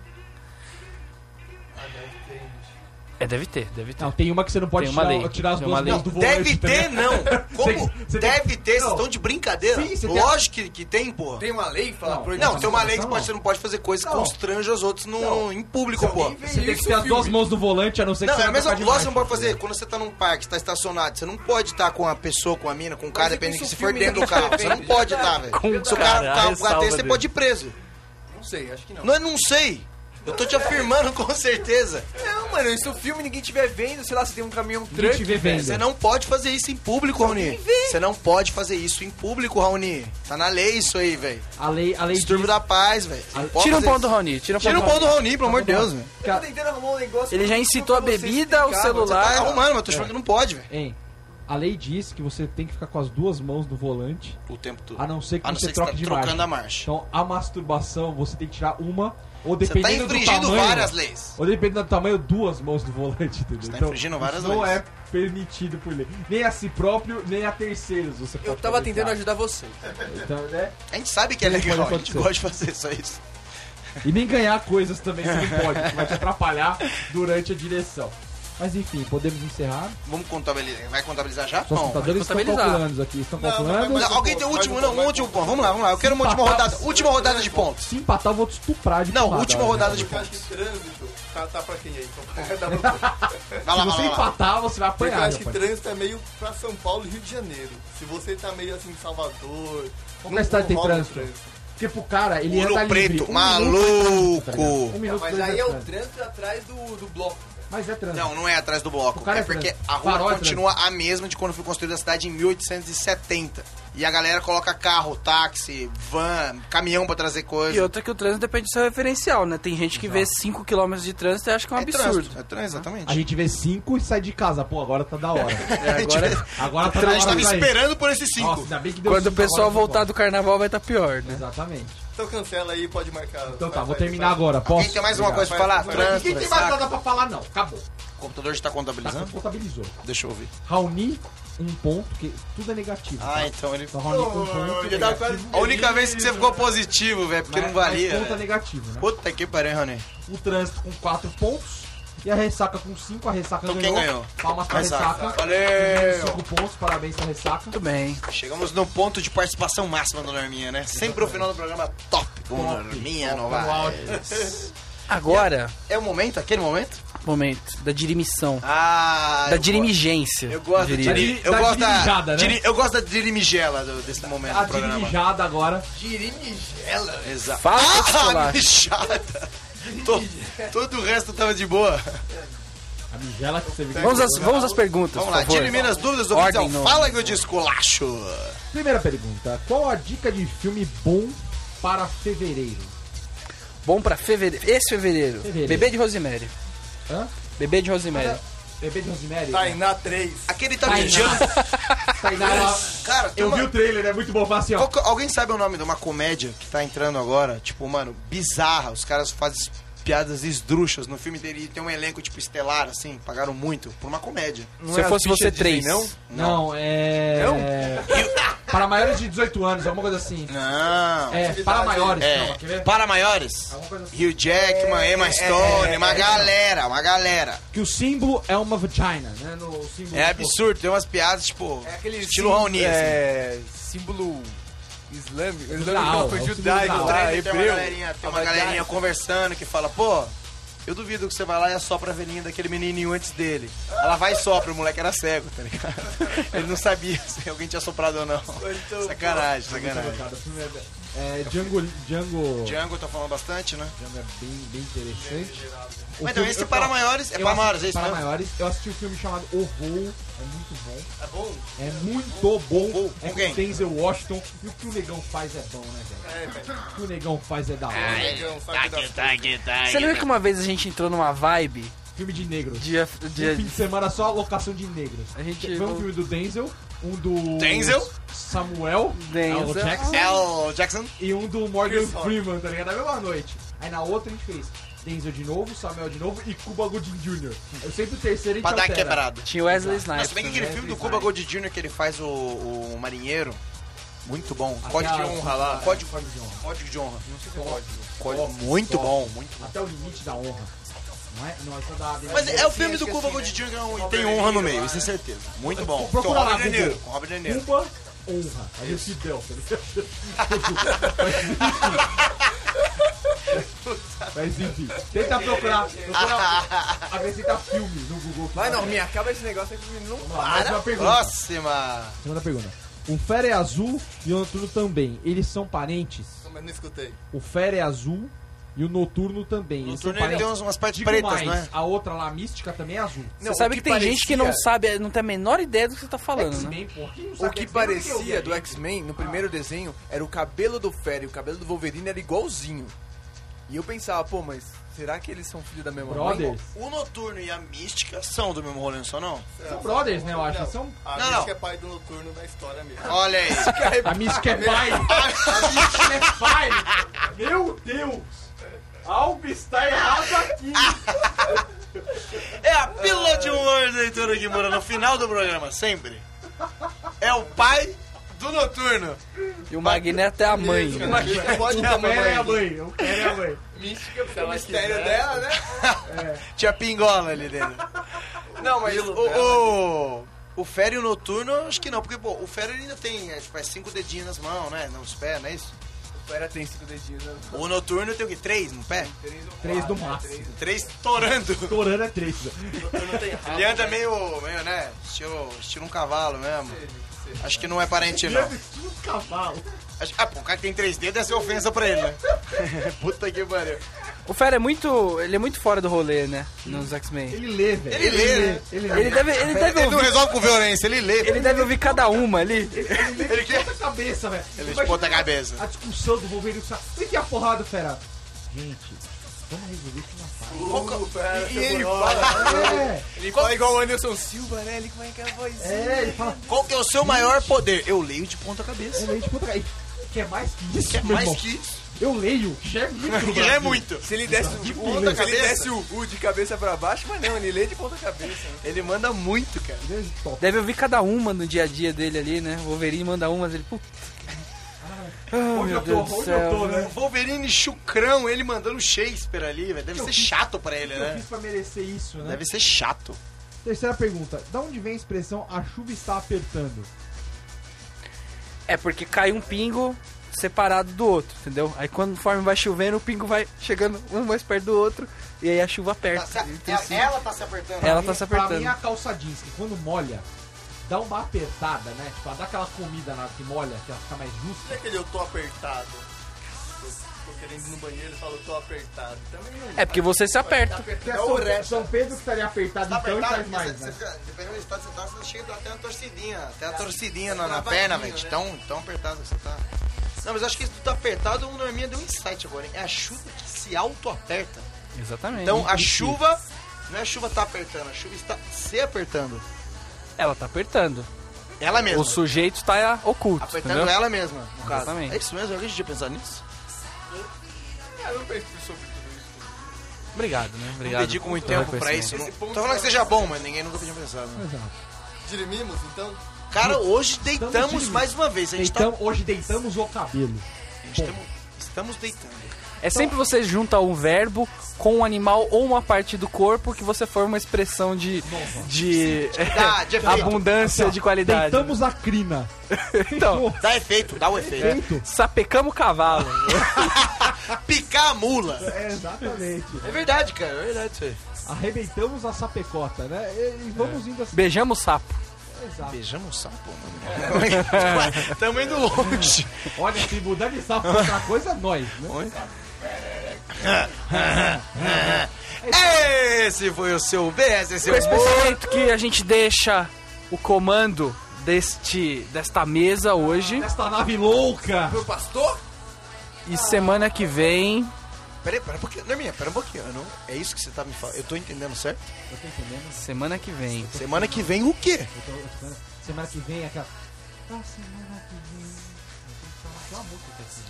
Speaker 1: É, deve ter, deve ter.
Speaker 2: Não, tem uma que você não pode
Speaker 1: Tem uma
Speaker 2: tirar,
Speaker 1: lei.
Speaker 2: tirar as
Speaker 1: Tem
Speaker 2: duas
Speaker 1: uma lei.
Speaker 2: mãos do volante.
Speaker 3: Deve
Speaker 2: tá
Speaker 3: ter,
Speaker 2: ligado?
Speaker 3: não. Como?
Speaker 2: Você- você tem-
Speaker 3: Deve ter, vocês
Speaker 2: Não.
Speaker 3: estão de brincadeira.
Speaker 2: Sim, você tem-
Speaker 3: Lógico que, que tem, porra.
Speaker 4: Tem uma lei que fala
Speaker 2: Não.
Speaker 4: proibição?
Speaker 3: Não, tem uma lei que
Speaker 2: Não.
Speaker 3: pode- você não pode fazer coisa que
Speaker 2: Não.
Speaker 3: constrange os outros no, em público,
Speaker 4: Se
Speaker 3: pô.
Speaker 4: alguém vê
Speaker 2: Você tem
Speaker 4: isso,
Speaker 2: que ter as duas
Speaker 4: filme.
Speaker 2: mãos do volante, a não ser que
Speaker 3: Não,
Speaker 2: você
Speaker 3: é a
Speaker 2: vai
Speaker 3: mesma
Speaker 2: tocar de
Speaker 3: coisa que você não
Speaker 2: baixo.
Speaker 3: pode fazer. Quando você tá num parque, você tá estacionado, você não pode estar com a pessoa, com a mina, com o cara,
Speaker 4: Mas é que
Speaker 3: dependendo do que se
Speaker 4: isso
Speaker 3: for
Speaker 4: filme
Speaker 3: dentro do
Speaker 4: não
Speaker 3: carro. Você
Speaker 4: defende.
Speaker 3: não pode estar, velho.
Speaker 1: Com
Speaker 3: Se o cara
Speaker 1: cara,
Speaker 3: tá
Speaker 1: a
Speaker 3: com o carro
Speaker 1: ressalva
Speaker 3: você
Speaker 1: dele.
Speaker 3: pode ir preso.
Speaker 4: Não sei, acho que não.
Speaker 3: Não, eu não sei. Eu tô te afirmando com certeza.
Speaker 4: Não, mano, isso é um filme, ninguém tiver vendo, sei lá, se tem um caminhão
Speaker 2: Ninguém
Speaker 4: truck,
Speaker 2: te vê vendo.
Speaker 3: Você não pode fazer isso em público, Raoni. Você não pode fazer isso em público, Raoni. Tá na lei isso aí, velho.
Speaker 2: A lei, a lei
Speaker 3: Distúrbio da paz, velho. Você não pode
Speaker 1: Tira um
Speaker 3: fazer
Speaker 1: ponto do
Speaker 3: isso.
Speaker 1: Raoni, tira um
Speaker 3: Tira
Speaker 1: ponto
Speaker 3: um
Speaker 1: do
Speaker 3: ponto
Speaker 1: Raoni.
Speaker 3: do Raoni, pelo amor de Deus, velho.
Speaker 4: Eu tô tentando arrumar um negócio.
Speaker 1: Ele já incitou a bebida, o
Speaker 3: Tá
Speaker 1: celular.
Speaker 3: arrumando,
Speaker 2: É.
Speaker 3: mas tô te falando que não pode, velho.
Speaker 2: Hein, a lei diz que você tem que ficar com as duas mãos no volante,
Speaker 3: O tempo todo.
Speaker 2: a Ah, não ser que
Speaker 3: A não
Speaker 2: você
Speaker 3: ser que você
Speaker 2: troque
Speaker 3: tá
Speaker 2: de
Speaker 3: trocando
Speaker 2: marcha.
Speaker 3: a marcha.
Speaker 2: Então, a masturbação, você tem que tirar uma, ou
Speaker 3: Você tá
Speaker 2: dependendo do
Speaker 3: infringindo
Speaker 2: tamanho...
Speaker 3: várias leis.
Speaker 2: Ou dependendo do tamanho, duas mãos do volante, entendeu? Então,
Speaker 3: Você tá infringindo
Speaker 2: isso
Speaker 3: várias
Speaker 2: não
Speaker 3: leis.
Speaker 2: é permitido por lei. Nem a si próprio, nem a terceiros você
Speaker 4: Eu
Speaker 2: pode
Speaker 4: tava
Speaker 2: fazer,
Speaker 4: tentando
Speaker 2: cara.
Speaker 4: ajudar você.
Speaker 2: Então, né?
Speaker 3: A gente sabe que é
Speaker 2: Não
Speaker 3: legal,
Speaker 2: pode
Speaker 3: a gente
Speaker 2: acontecer.
Speaker 3: gosta de fazer só isso.
Speaker 2: E nem ganhar coisas também você não pode, que vai te atrapalhar durante a direção. Mas enfim, podemos encerrar.
Speaker 3: Vamos contabilizar. Vai contabilizar já?
Speaker 2: Só tá- os
Speaker 3: Não.
Speaker 2: contadores estão
Speaker 1: contabilizar.
Speaker 2: calculando aqui. Estão
Speaker 5: Não,
Speaker 2: calculando.
Speaker 5: mas-
Speaker 3: Não, alguém tem o último, não, um último ponto. Vamos lá, vamos lá. Eu quero uma última
Speaker 2: Empatar-
Speaker 3: rodada. Última rodada de pontos.
Speaker 2: Se é empatar, eu vou te estuprar de
Speaker 3: Não,
Speaker 2: porrada,
Speaker 3: última
Speaker 2: né?
Speaker 3: rodada de
Speaker 5: Porque eu acho
Speaker 3: pontos.
Speaker 5: que trânsito tá, tá pra quem aí? Então, dá pra-
Speaker 3: Vai lá,
Speaker 2: Se
Speaker 3: vai
Speaker 2: você
Speaker 3: lá, vai lá.
Speaker 2: empatar, você vai
Speaker 5: Porque eu
Speaker 2: apanhar.
Speaker 5: acho que
Speaker 2: rapaz.
Speaker 5: trânsito é meio pra São Paulo e Rio de Janeiro. Se você tá meio assim em Salvador.
Speaker 2: Qual é
Speaker 5: não-
Speaker 2: cidade
Speaker 5: não
Speaker 2: tem
Speaker 5: rola
Speaker 2: trânsito? Porque pro cara, ele
Speaker 3: Ouro
Speaker 2: anda livre.
Speaker 3: Preto,
Speaker 2: Um minuto é trânsito, tá ligado? Um
Speaker 3: maluco.
Speaker 2: minuto
Speaker 4: Mas
Speaker 2: dois
Speaker 4: aí é o
Speaker 2: trânsito.
Speaker 4: trânsito atrás do, do bloco.
Speaker 2: Mas é trânsito.
Speaker 3: Não, não é atrás do
Speaker 2: O
Speaker 3: bloco.
Speaker 2: cara
Speaker 3: É
Speaker 2: é
Speaker 3: porque
Speaker 2: trânsito.
Speaker 3: a rua
Speaker 2: Farol é
Speaker 3: continua a mesma de quando foi construída a cidade em 1870. E a galera coloca carro, táxi, van, caminhão pra trazer coisa.
Speaker 1: E outra que o trânsito depende do seu referencial, né? Tem gente que vê 5km de trânsito e acha que é um
Speaker 3: É
Speaker 1: absurdo.
Speaker 3: trânsito. É trânsito,
Speaker 2: A
Speaker 3: exatamente.
Speaker 2: gente tá vê cinco e sai de casa. Pô, agora tá da hora.
Speaker 1: Agora,
Speaker 2: Agora tá
Speaker 3: É, Então A
Speaker 2: da
Speaker 3: gente
Speaker 2: hora.
Speaker 3: tava
Speaker 2: pra ir.
Speaker 3: esperando por esses
Speaker 2: Nossa,
Speaker 3: cinco.
Speaker 2: ainda bem que deu
Speaker 1: quando o
Speaker 2: cinco,
Speaker 1: pessoal
Speaker 2: agora eu vou
Speaker 1: voltar do carnaval vai estar pior,
Speaker 2: embora.
Speaker 1: né?
Speaker 2: Exatamente.
Speaker 5: Então cancela aí, pode marcar.
Speaker 2: Então tá,
Speaker 5: Vai,
Speaker 2: vou
Speaker 5: vai,
Speaker 2: terminar
Speaker 5: vai.
Speaker 2: agora. Posso?
Speaker 3: Alguém tem mais uma coisa pra falar?
Speaker 5: Obrigado.
Speaker 2: Obrigado. Ninguém
Speaker 3: Trânsito,
Speaker 2: tem
Speaker 3: vai
Speaker 2: mais
Speaker 3: saco.
Speaker 2: nada pra falar, não. Acabou.
Speaker 3: O computador já tá
Speaker 2: Tá,
Speaker 3: contabilizando?
Speaker 2: contabilizou.
Speaker 3: Deixa eu ouvir.
Speaker 2: Raoni, um ponto, que tudo é negativo.
Speaker 3: Ah, então ele...
Speaker 2: Então, Raoni com um ponto.
Speaker 5: Eu tava quase
Speaker 3: A única vez que você ficou positivo, velho, porque não valia.
Speaker 2: Mas ponto é
Speaker 3: velho.
Speaker 2: negativo, né?
Speaker 3: Puta que pariu, hein, Rony.
Speaker 2: O trânsito com 4 pontos. E a ressaca com 5, a ressaca
Speaker 3: Então quem
Speaker 2: ganhou.
Speaker 3: ganhou?
Speaker 2: Palmas pra
Speaker 3: Ressaca.
Speaker 2: ressaca.
Speaker 3: Valeu!
Speaker 2: 5 pontos, parabéns pra ressaca.
Speaker 1: Muito bem.
Speaker 3: Chegamos no ponto de participação máxima do Norminha, né? Sempre o final do programa top com o
Speaker 2: Top.
Speaker 3: Norminha
Speaker 2: Top
Speaker 3: Novaes.
Speaker 1: Agora,
Speaker 3: É o momento, aquele momento?
Speaker 1: momento da dirimissão.
Speaker 3: Ah,
Speaker 1: da
Speaker 3: eu
Speaker 1: dirimigência.
Speaker 3: go- Eu gosto,
Speaker 1: diria.
Speaker 3: da diri-
Speaker 2: Da
Speaker 3: eu, gosto da,
Speaker 2: dirimijada, né?
Speaker 3: diri- eu gosto da dirimigela do- desse momento
Speaker 2: A
Speaker 3: do programa.
Speaker 2: dirijada agora.
Speaker 3: Dirimigela? Exato.
Speaker 1: Fala,
Speaker 3: Ah,
Speaker 1: Escolar.
Speaker 3: mijada! To- Todo o resto tava de boa.
Speaker 2: A Migela que é você viu.
Speaker 1: Vamos às, vamos às perguntas,
Speaker 3: Vamos
Speaker 1: por
Speaker 3: lá,
Speaker 1: favor.
Speaker 3: dirimir as dúvidas do
Speaker 1: Ordem
Speaker 3: oficial.
Speaker 1: no-
Speaker 3: Fala que eu desculacho.
Speaker 2: Primeira pergunta. Qual a dica de filme bom para fevereiro?
Speaker 1: Bom pra fevereiro. Esse fevereiro.
Speaker 2: Fevereiro.
Speaker 1: Bebê de Rosemary.
Speaker 2: Hã?
Speaker 1: Bebê de Rosemary.
Speaker 2: Bebê de Rosemary?
Speaker 3: Tá
Speaker 2: Tá
Speaker 5: Tainá 3.
Speaker 3: Aquele tá mediano.
Speaker 2: Tainara.
Speaker 3: Cara, tem
Speaker 2: Eu
Speaker 3: uma-
Speaker 2: vi o trailer, é muito bom. Fala assim,
Speaker 3: Qual
Speaker 2: ó.
Speaker 3: que- alguém sabe o nome de uma comédia que tá entrando agora? Tipo, mano, bizarra. Os caras fazem piadas esdrúxulas no filme dele e tem um elenco, tipo, estelar, assim. Pagaram muito por uma comédia.
Speaker 1: Se eu fosse você três.
Speaker 2: Não, é.
Speaker 3: Não?
Speaker 2: Para maiores de 18 anos, alguma coisa assim.
Speaker 3: Não. É.
Speaker 2: É, para maiores, calma, quer ver?
Speaker 3: para maiores.
Speaker 2: Alguma coisa assim.
Speaker 3: Hugh Jackman, Emma Stone,
Speaker 2: é,
Speaker 3: uma
Speaker 2: é,
Speaker 3: galera, uma galera.
Speaker 2: Que o símbolo é uma vagina, né? No símbolo
Speaker 3: É absurdo, tem umas piadas, tipo,
Speaker 4: É aquele
Speaker 3: estilo
Speaker 4: sim-
Speaker 3: Raoni, assim.
Speaker 4: é, símbolo islâmico. Islâmico
Speaker 2: Não,
Speaker 4: não,
Speaker 2: é
Speaker 4: foi
Speaker 2: o
Speaker 4: judaico.
Speaker 2: símbolo
Speaker 4: tá?
Speaker 2: da-
Speaker 3: Tem uma
Speaker 4: Hebreu.
Speaker 3: galerinha- tem uma
Speaker 4: Abadiá.
Speaker 3: galerinha conversando que fala, pô, eu duvido que você vai lá e assopra a velhinha daquele menininho antes dele. Ela vai e sopra, o moleque era cego, tá ligado? Ele não sabia se alguém tinha soprado ou não. Sacanagem, sacanagem.
Speaker 2: Cara, o filme é, é Django, Django.
Speaker 3: Django tá falando bastante, né?
Speaker 2: Django é bem, bem interessante. O
Speaker 3: Mas então,
Speaker 2: filme-
Speaker 3: esse
Speaker 2: eu-
Speaker 3: para
Speaker 2: ó,
Speaker 3: maiores, é
Speaker 2: eu
Speaker 3: para
Speaker 2: assisti-
Speaker 3: maiores, é isso
Speaker 2: Para
Speaker 3: mesmo?
Speaker 2: maiores, eu assisti um filme chamado O Voo, é muito bom.
Speaker 5: É bom?
Speaker 2: É muito bom.
Speaker 3: Voo,
Speaker 2: É
Speaker 3: com
Speaker 2: com
Speaker 3: quem?
Speaker 2: Denzel Washington. E o que o negão faz é bom, né, velho?
Speaker 5: É, velho.
Speaker 2: O que o negão faz é da hora.
Speaker 3: um
Speaker 5: Negão, sabe das
Speaker 1: Você lembra que uma vez a gente entrou numa vibe
Speaker 2: Filme de negro.
Speaker 1: de.
Speaker 2: Um fim
Speaker 1: de
Speaker 2: de semana só locação de negros.
Speaker 1: A gente-
Speaker 2: Foi um filme do Denzel, um do.
Speaker 3: Denzel?
Speaker 2: Samuel
Speaker 1: Denzel.
Speaker 2: L. Jackson
Speaker 3: El É Jackson?
Speaker 2: e um do Morgan
Speaker 5: Chris Rock.
Speaker 2: Freeman, tá ligado? Na mesma noite. Aí na outra a gente fez Denzel de novo, Samuel de novo e Cuba Gooding Jr. Eu sempre o terceiro a gente
Speaker 3: Pra dar
Speaker 2: altera.
Speaker 3: quebrada.
Speaker 1: tinha Wesley
Speaker 3: Mas se
Speaker 1: Snipes.
Speaker 3: bem que aquele
Speaker 2: né?
Speaker 3: filme do
Speaker 2: Design.
Speaker 3: Cuba Gold Jr. que ele faz o, o marinheiro, muito bom.
Speaker 2: Até
Speaker 3: Código de
Speaker 2: a-
Speaker 3: honra lá.
Speaker 2: a-
Speaker 3: Código,
Speaker 2: Código de honra.
Speaker 3: código de honra.
Speaker 2: Ó,
Speaker 3: Código, muito
Speaker 2: ó,
Speaker 3: bom, muito bom.
Speaker 2: Até o limite da honra. Não é? Não, essa da.
Speaker 3: Mas é o filme
Speaker 5: acho
Speaker 3: do
Speaker 5: que
Speaker 3: Cuba
Speaker 5: assim,
Speaker 3: Gold Jr. que é um-
Speaker 5: Robert
Speaker 3: tem
Speaker 5: De
Speaker 3: honra no
Speaker 5: Niro,
Speaker 3: meio,
Speaker 5: né?
Speaker 3: isso é certeza. Muito bom.
Speaker 2: procura
Speaker 3: Com
Speaker 2: lá,
Speaker 3: Robert De
Speaker 2: Google.
Speaker 3: Niro, com Robert De Niro.
Speaker 2: Cuba honra. Aí o Fidel, tá ligado? Mas enfim, tenta procurar, procura, acrescenta filme no Google. que
Speaker 4: Vai, não, me acaba esse negócio aí que o menino não
Speaker 2: Vamos lá, mais é uma pergunta.
Speaker 3: Próxima.
Speaker 2: Segunda pergunta. O Fera é azul e o noturno também. Eles são parentes?
Speaker 5: Não, mas não escutei.
Speaker 2: O Fera é azul e o noturno também. Eles são
Speaker 3: Noturno ele
Speaker 2: parentes?
Speaker 3: tem umas umas partes
Speaker 2: Digo
Speaker 3: pretas,
Speaker 2: mais,
Speaker 3: não é?
Speaker 2: a outra lá, a mística, também é azul.
Speaker 1: Você sabe que, tem gente que não sabe, não tem a menor ideia do que você tá falando, né?
Speaker 2: X-Men, porra. Quem não
Speaker 4: O
Speaker 2: sabe
Speaker 4: que
Speaker 2: X-Men? é Por eu vi
Speaker 4: parecia do
Speaker 2: aqui?
Speaker 4: X-Men no primeiro desenho era o cabelo do Fera e o cabelo do Wolverine era igualzinho. E eu pensava, pô, mas será que eles são filhos da mesma mãe?
Speaker 2: Brothers.
Speaker 3: O Noturno e a Mística são do mesmo rolê, não são não?
Speaker 2: São brothers, né, eu acho. São...
Speaker 5: A
Speaker 3: Não,
Speaker 5: não,
Speaker 3: não. Ah,
Speaker 5: é pai do noturno da história mesmo.
Speaker 3: Olha aí.
Speaker 2: A mística é pai. A mística é pai. Meu Deus. Algo está errado aqui.
Speaker 3: É a pílula de humor do Heitor Guimora no final do programa, sempre. É o pai do Noturno.
Speaker 1: E o Magneto é a mãe.
Speaker 5: Mística pode
Speaker 2: A
Speaker 5: dar
Speaker 2: mulher é a
Speaker 5: mamãe.
Speaker 2: mãe. O cara é a mãe.
Speaker 5: Mística, porque é o mistério dela, né?
Speaker 3: Tinha pingola ali dentro.
Speaker 4: Não, mas
Speaker 3: O,
Speaker 4: o,
Speaker 3: o, o fério noturno, acho que não, porque pô, o fério ele ainda tem é, tipo, é cinco dedinhos nas mãos, né? Nos pés, não é isso?
Speaker 4: o Fera tem cinco dedinhos, né?
Speaker 3: O noturno tem o quê? Três no pé?
Speaker 4: Três ou
Speaker 2: Três
Speaker 4: quatro,
Speaker 2: do
Speaker 4: né?
Speaker 2: máximo.
Speaker 4: Três.
Speaker 3: Três torando.
Speaker 2: Torando é três. Ah,
Speaker 3: Ele anda meio, meio né? Estilo, estilo um cavalo mesmo. Acho que não é parente, não.
Speaker 2: Um cavalo.
Speaker 3: Acho- Ah, pô, o cara que tem três dedos deve ser ofensa pra ele, né? Puta que pariu.
Speaker 1: O Fera é muito. Ele é muito fora do rolê, né? Nos X-Men.
Speaker 2: Ele lê, velho.
Speaker 3: Ele lê, né?
Speaker 2: Ele lê.
Speaker 1: Ele deve, ele
Speaker 2: um
Speaker 1: deve
Speaker 3: Ele não
Speaker 1: ouvir.
Speaker 3: resolve com violência, ele lê.
Speaker 1: Ele deve ouvir cada uma ali.
Speaker 3: Ele quer.
Speaker 2: Ponta cabeça, velho.
Speaker 3: Ele
Speaker 2: Imagina
Speaker 3: ponta a cabeça.
Speaker 2: A discussão do Wolverine com o Você que é a porrada, fera? Gente, vamos resolver isso na paz.
Speaker 4: E- e ele
Speaker 2: É,
Speaker 4: Ele fala igual o Anderson Silva, né? Ele como é que é a voz?
Speaker 2: é, ele fala.
Speaker 3: Qual que é o seu maior poder? Eu leio de ponta cabeça.
Speaker 2: Ele lê de ponta cabeça. Quer mais que isso,
Speaker 3: Quer
Speaker 2: meu
Speaker 3: mais
Speaker 2: irmão?
Speaker 3: que isso?
Speaker 2: Eu leio. Já é muito,
Speaker 3: Que já é muito.
Speaker 4: Se ele desse, o,
Speaker 3: ponta
Speaker 4: se ele
Speaker 3: cabeça.
Speaker 4: desse o U de cabeça pra baixo, mas não, ele lê de ponta cabeça. né?
Speaker 3: Ele manda muito, cara.
Speaker 2: Beleza, top.
Speaker 1: Deve ouvir cada uma no dia a dia dele ali, né? O Wolverine manda uma, mas ele. Puta. Ah, meu Deus do céu.
Speaker 3: O Wolverine chucrão, ele mandando Shakespeare ali, velho. Deve ser chato pra ele,
Speaker 2: Eu
Speaker 3: né?
Speaker 2: fiz pra merecer isso, né?
Speaker 3: Deve ser chato.
Speaker 2: Terceira pergunta. Da onde vem a expressão a chuva está apertando?
Speaker 1: É porque cai um pingo separado do outro, entendeu? Aí conforme vai chovendo, o pingo vai chegando um mais perto do outro e aí a chuva aperta. Ele tem assim-
Speaker 3: tá se apertando.
Speaker 1: Ela
Speaker 2: Pra
Speaker 1: tá
Speaker 2: mim-
Speaker 1: se apertando.
Speaker 2: Pra mim, a calça jeans, que quando molha, dá uma apertada, né? Tipo, ela dá aquela comida na que molha, que ela fica mais
Speaker 5: E
Speaker 2: justa.
Speaker 5: aquele eu tô apertado? Tô, tô querendo ir no banheiro e falo, tô apertado. Também não.
Speaker 1: É porque você se
Speaker 3: Tá
Speaker 1: aperta.
Speaker 2: É
Speaker 5: o resto.
Speaker 2: São Pedro que estaria apertado, então, e faz
Speaker 3: é
Speaker 2: mais, né?
Speaker 3: dependendo do estado que você tá, você chega até uma torcidinha. Até uma torcidinha na,
Speaker 5: tá
Speaker 3: na perna, velho.
Speaker 5: travadinho,
Speaker 3: de
Speaker 5: né?
Speaker 3: Tão, tão apertado que você tá. Não, mas acho que isso tá apertado, o Norminha deu um insight agora, hein? É a chuva que se auto-aperta.
Speaker 1: Exatamente.
Speaker 3: Então a chuva. Não é a chuva tá apertando, a chuva está se apertando.
Speaker 1: ela tá apertando.
Speaker 3: Ela mesma.
Speaker 1: O sujeito tá oculto,
Speaker 3: Apertando
Speaker 1: entendeu?
Speaker 3: ela mesma, no caso.
Speaker 1: Exatamente.
Speaker 3: É isso mesmo? Alguém tinha pensado nisso?
Speaker 4: Ah, eu não penso sobre tudo isso.
Speaker 1: Obrigado, né? Obrigado.
Speaker 3: Não dedico muito
Speaker 1: pelo
Speaker 3: tempo pra isso.
Speaker 1: reconhecimento.
Speaker 3: Não... Tô falando que seja bom, mas ninguém nunca tinha pensado. né?
Speaker 5: Dirimimos, então?
Speaker 3: Cara, hoje deitamos
Speaker 2: Estamos
Speaker 3: mais uma vez. A gente
Speaker 2: Então, hoje deitamos o cabelo.
Speaker 3: tá... a gente tamo- Estamos deitando.
Speaker 1: É sempre você junta um verbo com um animal ou uma parte do corpo que você forma uma expressão de. de.
Speaker 3: Dá, de
Speaker 1: Tá
Speaker 3: efeito.
Speaker 1: abundância de qualidade.
Speaker 2: Deitamos a crina.
Speaker 1: Então,
Speaker 3: Dá efeito, dá o efeito.
Speaker 2: Feito.
Speaker 1: sapecamos o cavalo.
Speaker 3: Picar a mula.
Speaker 2: É, exatamente.
Speaker 3: É verdade, cara. É verdade isso aí. É.
Speaker 2: Arrebentamos a sapecota, né? E, e vamos indo assim.
Speaker 1: Beijamos o sapo.
Speaker 2: Exato.
Speaker 3: Beijamos o sapo, mano. Tamo indo longe.
Speaker 2: Olha, se mudar de sapo pra outra coisa, nós, né?
Speaker 3: Esse foi o seu BS, esse
Speaker 1: Com
Speaker 3: é
Speaker 1: esse
Speaker 3: o meu.
Speaker 1: pensamento que a gente deixa o comando deste desta mesa hoje
Speaker 2: Esta nave louca.
Speaker 4: Meu pastor?
Speaker 1: e semana que vem
Speaker 3: Peraí, pera um pouquinho. Norminha, pera um pouquinho. Eu não... É isso que você tá me falando. Eu tô entendendo, certo?
Speaker 1: semana que vem
Speaker 3: Semana que vem o quê?
Speaker 2: né? Eu tô- eu tô esperando. Semana que vem é aquela. Ah, semana que vem. Tem uma música que é assim, né?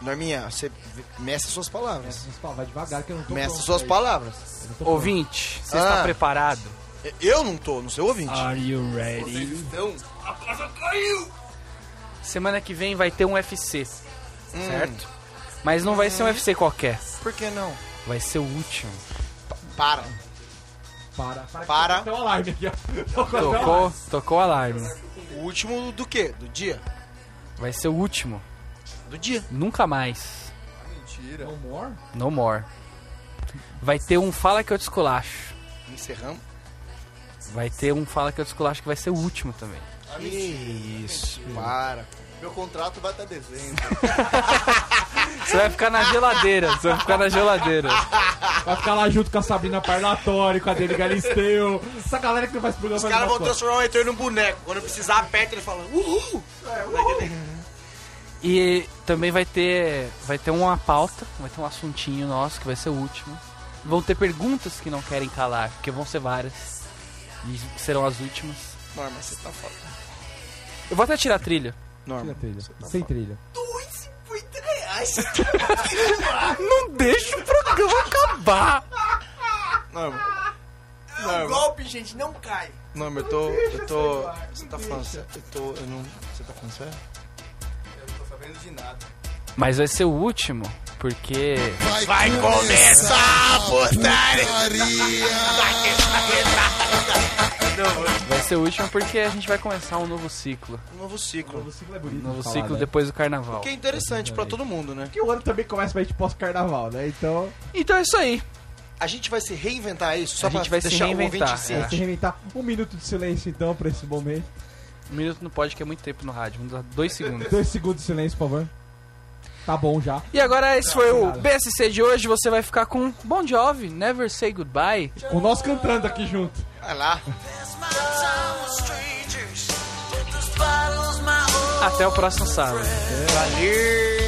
Speaker 3: Norminha, você meça suas palavras.
Speaker 2: Começa a falar, Vai devagar que eu não tô
Speaker 3: Meça
Speaker 2: pronto
Speaker 3: suas
Speaker 2: pra
Speaker 3: palavras.
Speaker 2: isso. Eu não tô pronto.
Speaker 1: ouvinte você
Speaker 3: Ah.
Speaker 1: está preparado
Speaker 3: Eu não tô, no seu ouvinte.
Speaker 2: Ah,
Speaker 3: Hum,
Speaker 1: Are you ready
Speaker 5: Então,
Speaker 1: semana que vem vai ter um UFC certo mas não vai ser um UFC qualquer
Speaker 3: Por que não?
Speaker 1: vai ser o último
Speaker 3: Para.
Speaker 2: Para. Para.
Speaker 3: Para.
Speaker 2: Tem um alarme aqui, ó. Tocou até um
Speaker 1: tocou tocou o alarme
Speaker 3: O último do quê? Do dia?
Speaker 1: vai ser o último
Speaker 3: Do dia.
Speaker 1: nunca mais
Speaker 5: Ah, mentira.
Speaker 2: alarme. No um more?
Speaker 1: no more vai ter um fala que eu descolacho
Speaker 3: Encerramos.
Speaker 1: vai ter um fala que eu descolacho que vai ser o último também
Speaker 5: Ah,
Speaker 3: Isso. Para.
Speaker 5: Meu contrato vai até dezembro.
Speaker 1: Você vai ficar na geladeira, você vai ficar na geladeira.
Speaker 2: Vai ficar lá junto com a Sabrina Parlatório, com a Dele Galisteu. Essa galera que não faz programa.
Speaker 3: Os
Speaker 2: faz
Speaker 3: caras
Speaker 2: umas
Speaker 3: vão transformar o Heitor num boneco. Quando precisar, aperta ele fala, uhul!
Speaker 1: E também vai ter, vai ter uma pauta, vai ter um assuntinho nosso que vai ser o último. Vão ter perguntas que não querem calar, porque vão ser várias e serão as últimas.
Speaker 3: Norma, você tá foda.
Speaker 1: Eu vou até tirar a trilha.
Speaker 3: Norma.
Speaker 2: trilha. Sem trilha.
Speaker 1: Não deixa o programa acabar.
Speaker 3: Norma. Norma.
Speaker 4: É um Golpe, gente, não cai.
Speaker 3: Norma, eu tô. Eu tô. Você tá falando sério? Eu tô. Eu não. Você tá falando sério?
Speaker 5: Eu não tô sabendo de nada.
Speaker 1: Mas vai ser o último Porque.
Speaker 6: Vai começar a putaria.
Speaker 1: Vai ser o último porque a gente vai começar um novo ciclo.
Speaker 3: Um novo ciclo.
Speaker 2: ciclo é bonito.
Speaker 1: Um novo ciclo depois do carnaval.
Speaker 3: Que é interessante pra todo mundo, né?
Speaker 2: Porque o ano também começa pra gente pós-carnaval, né? Então,
Speaker 1: Então é isso aí.
Speaker 3: A gente vai se reinventar é isso, só
Speaker 1: A gente
Speaker 3: pra
Speaker 1: vai se
Speaker 3: deixar o
Speaker 1: reinventar,
Speaker 3: ouvinte
Speaker 1: é.
Speaker 2: vai se
Speaker 3: ciente.
Speaker 2: reinventar. Um minuto de silêncio, então, pra esse momento.
Speaker 1: Um minuto não pode, que é muito tempo no rádio. Vamos dar dois segundos.
Speaker 2: Dois segundos de silêncio, por favor. Tá bom já.
Speaker 1: E agora esse foi o BSC de hoje. Você vai ficar com Bon Jovi, Never Say Goodbye.
Speaker 2: Com nós cantando aqui junto.
Speaker 3: Vai lá.
Speaker 1: Até o próximo sábado.
Speaker 3: Valeu!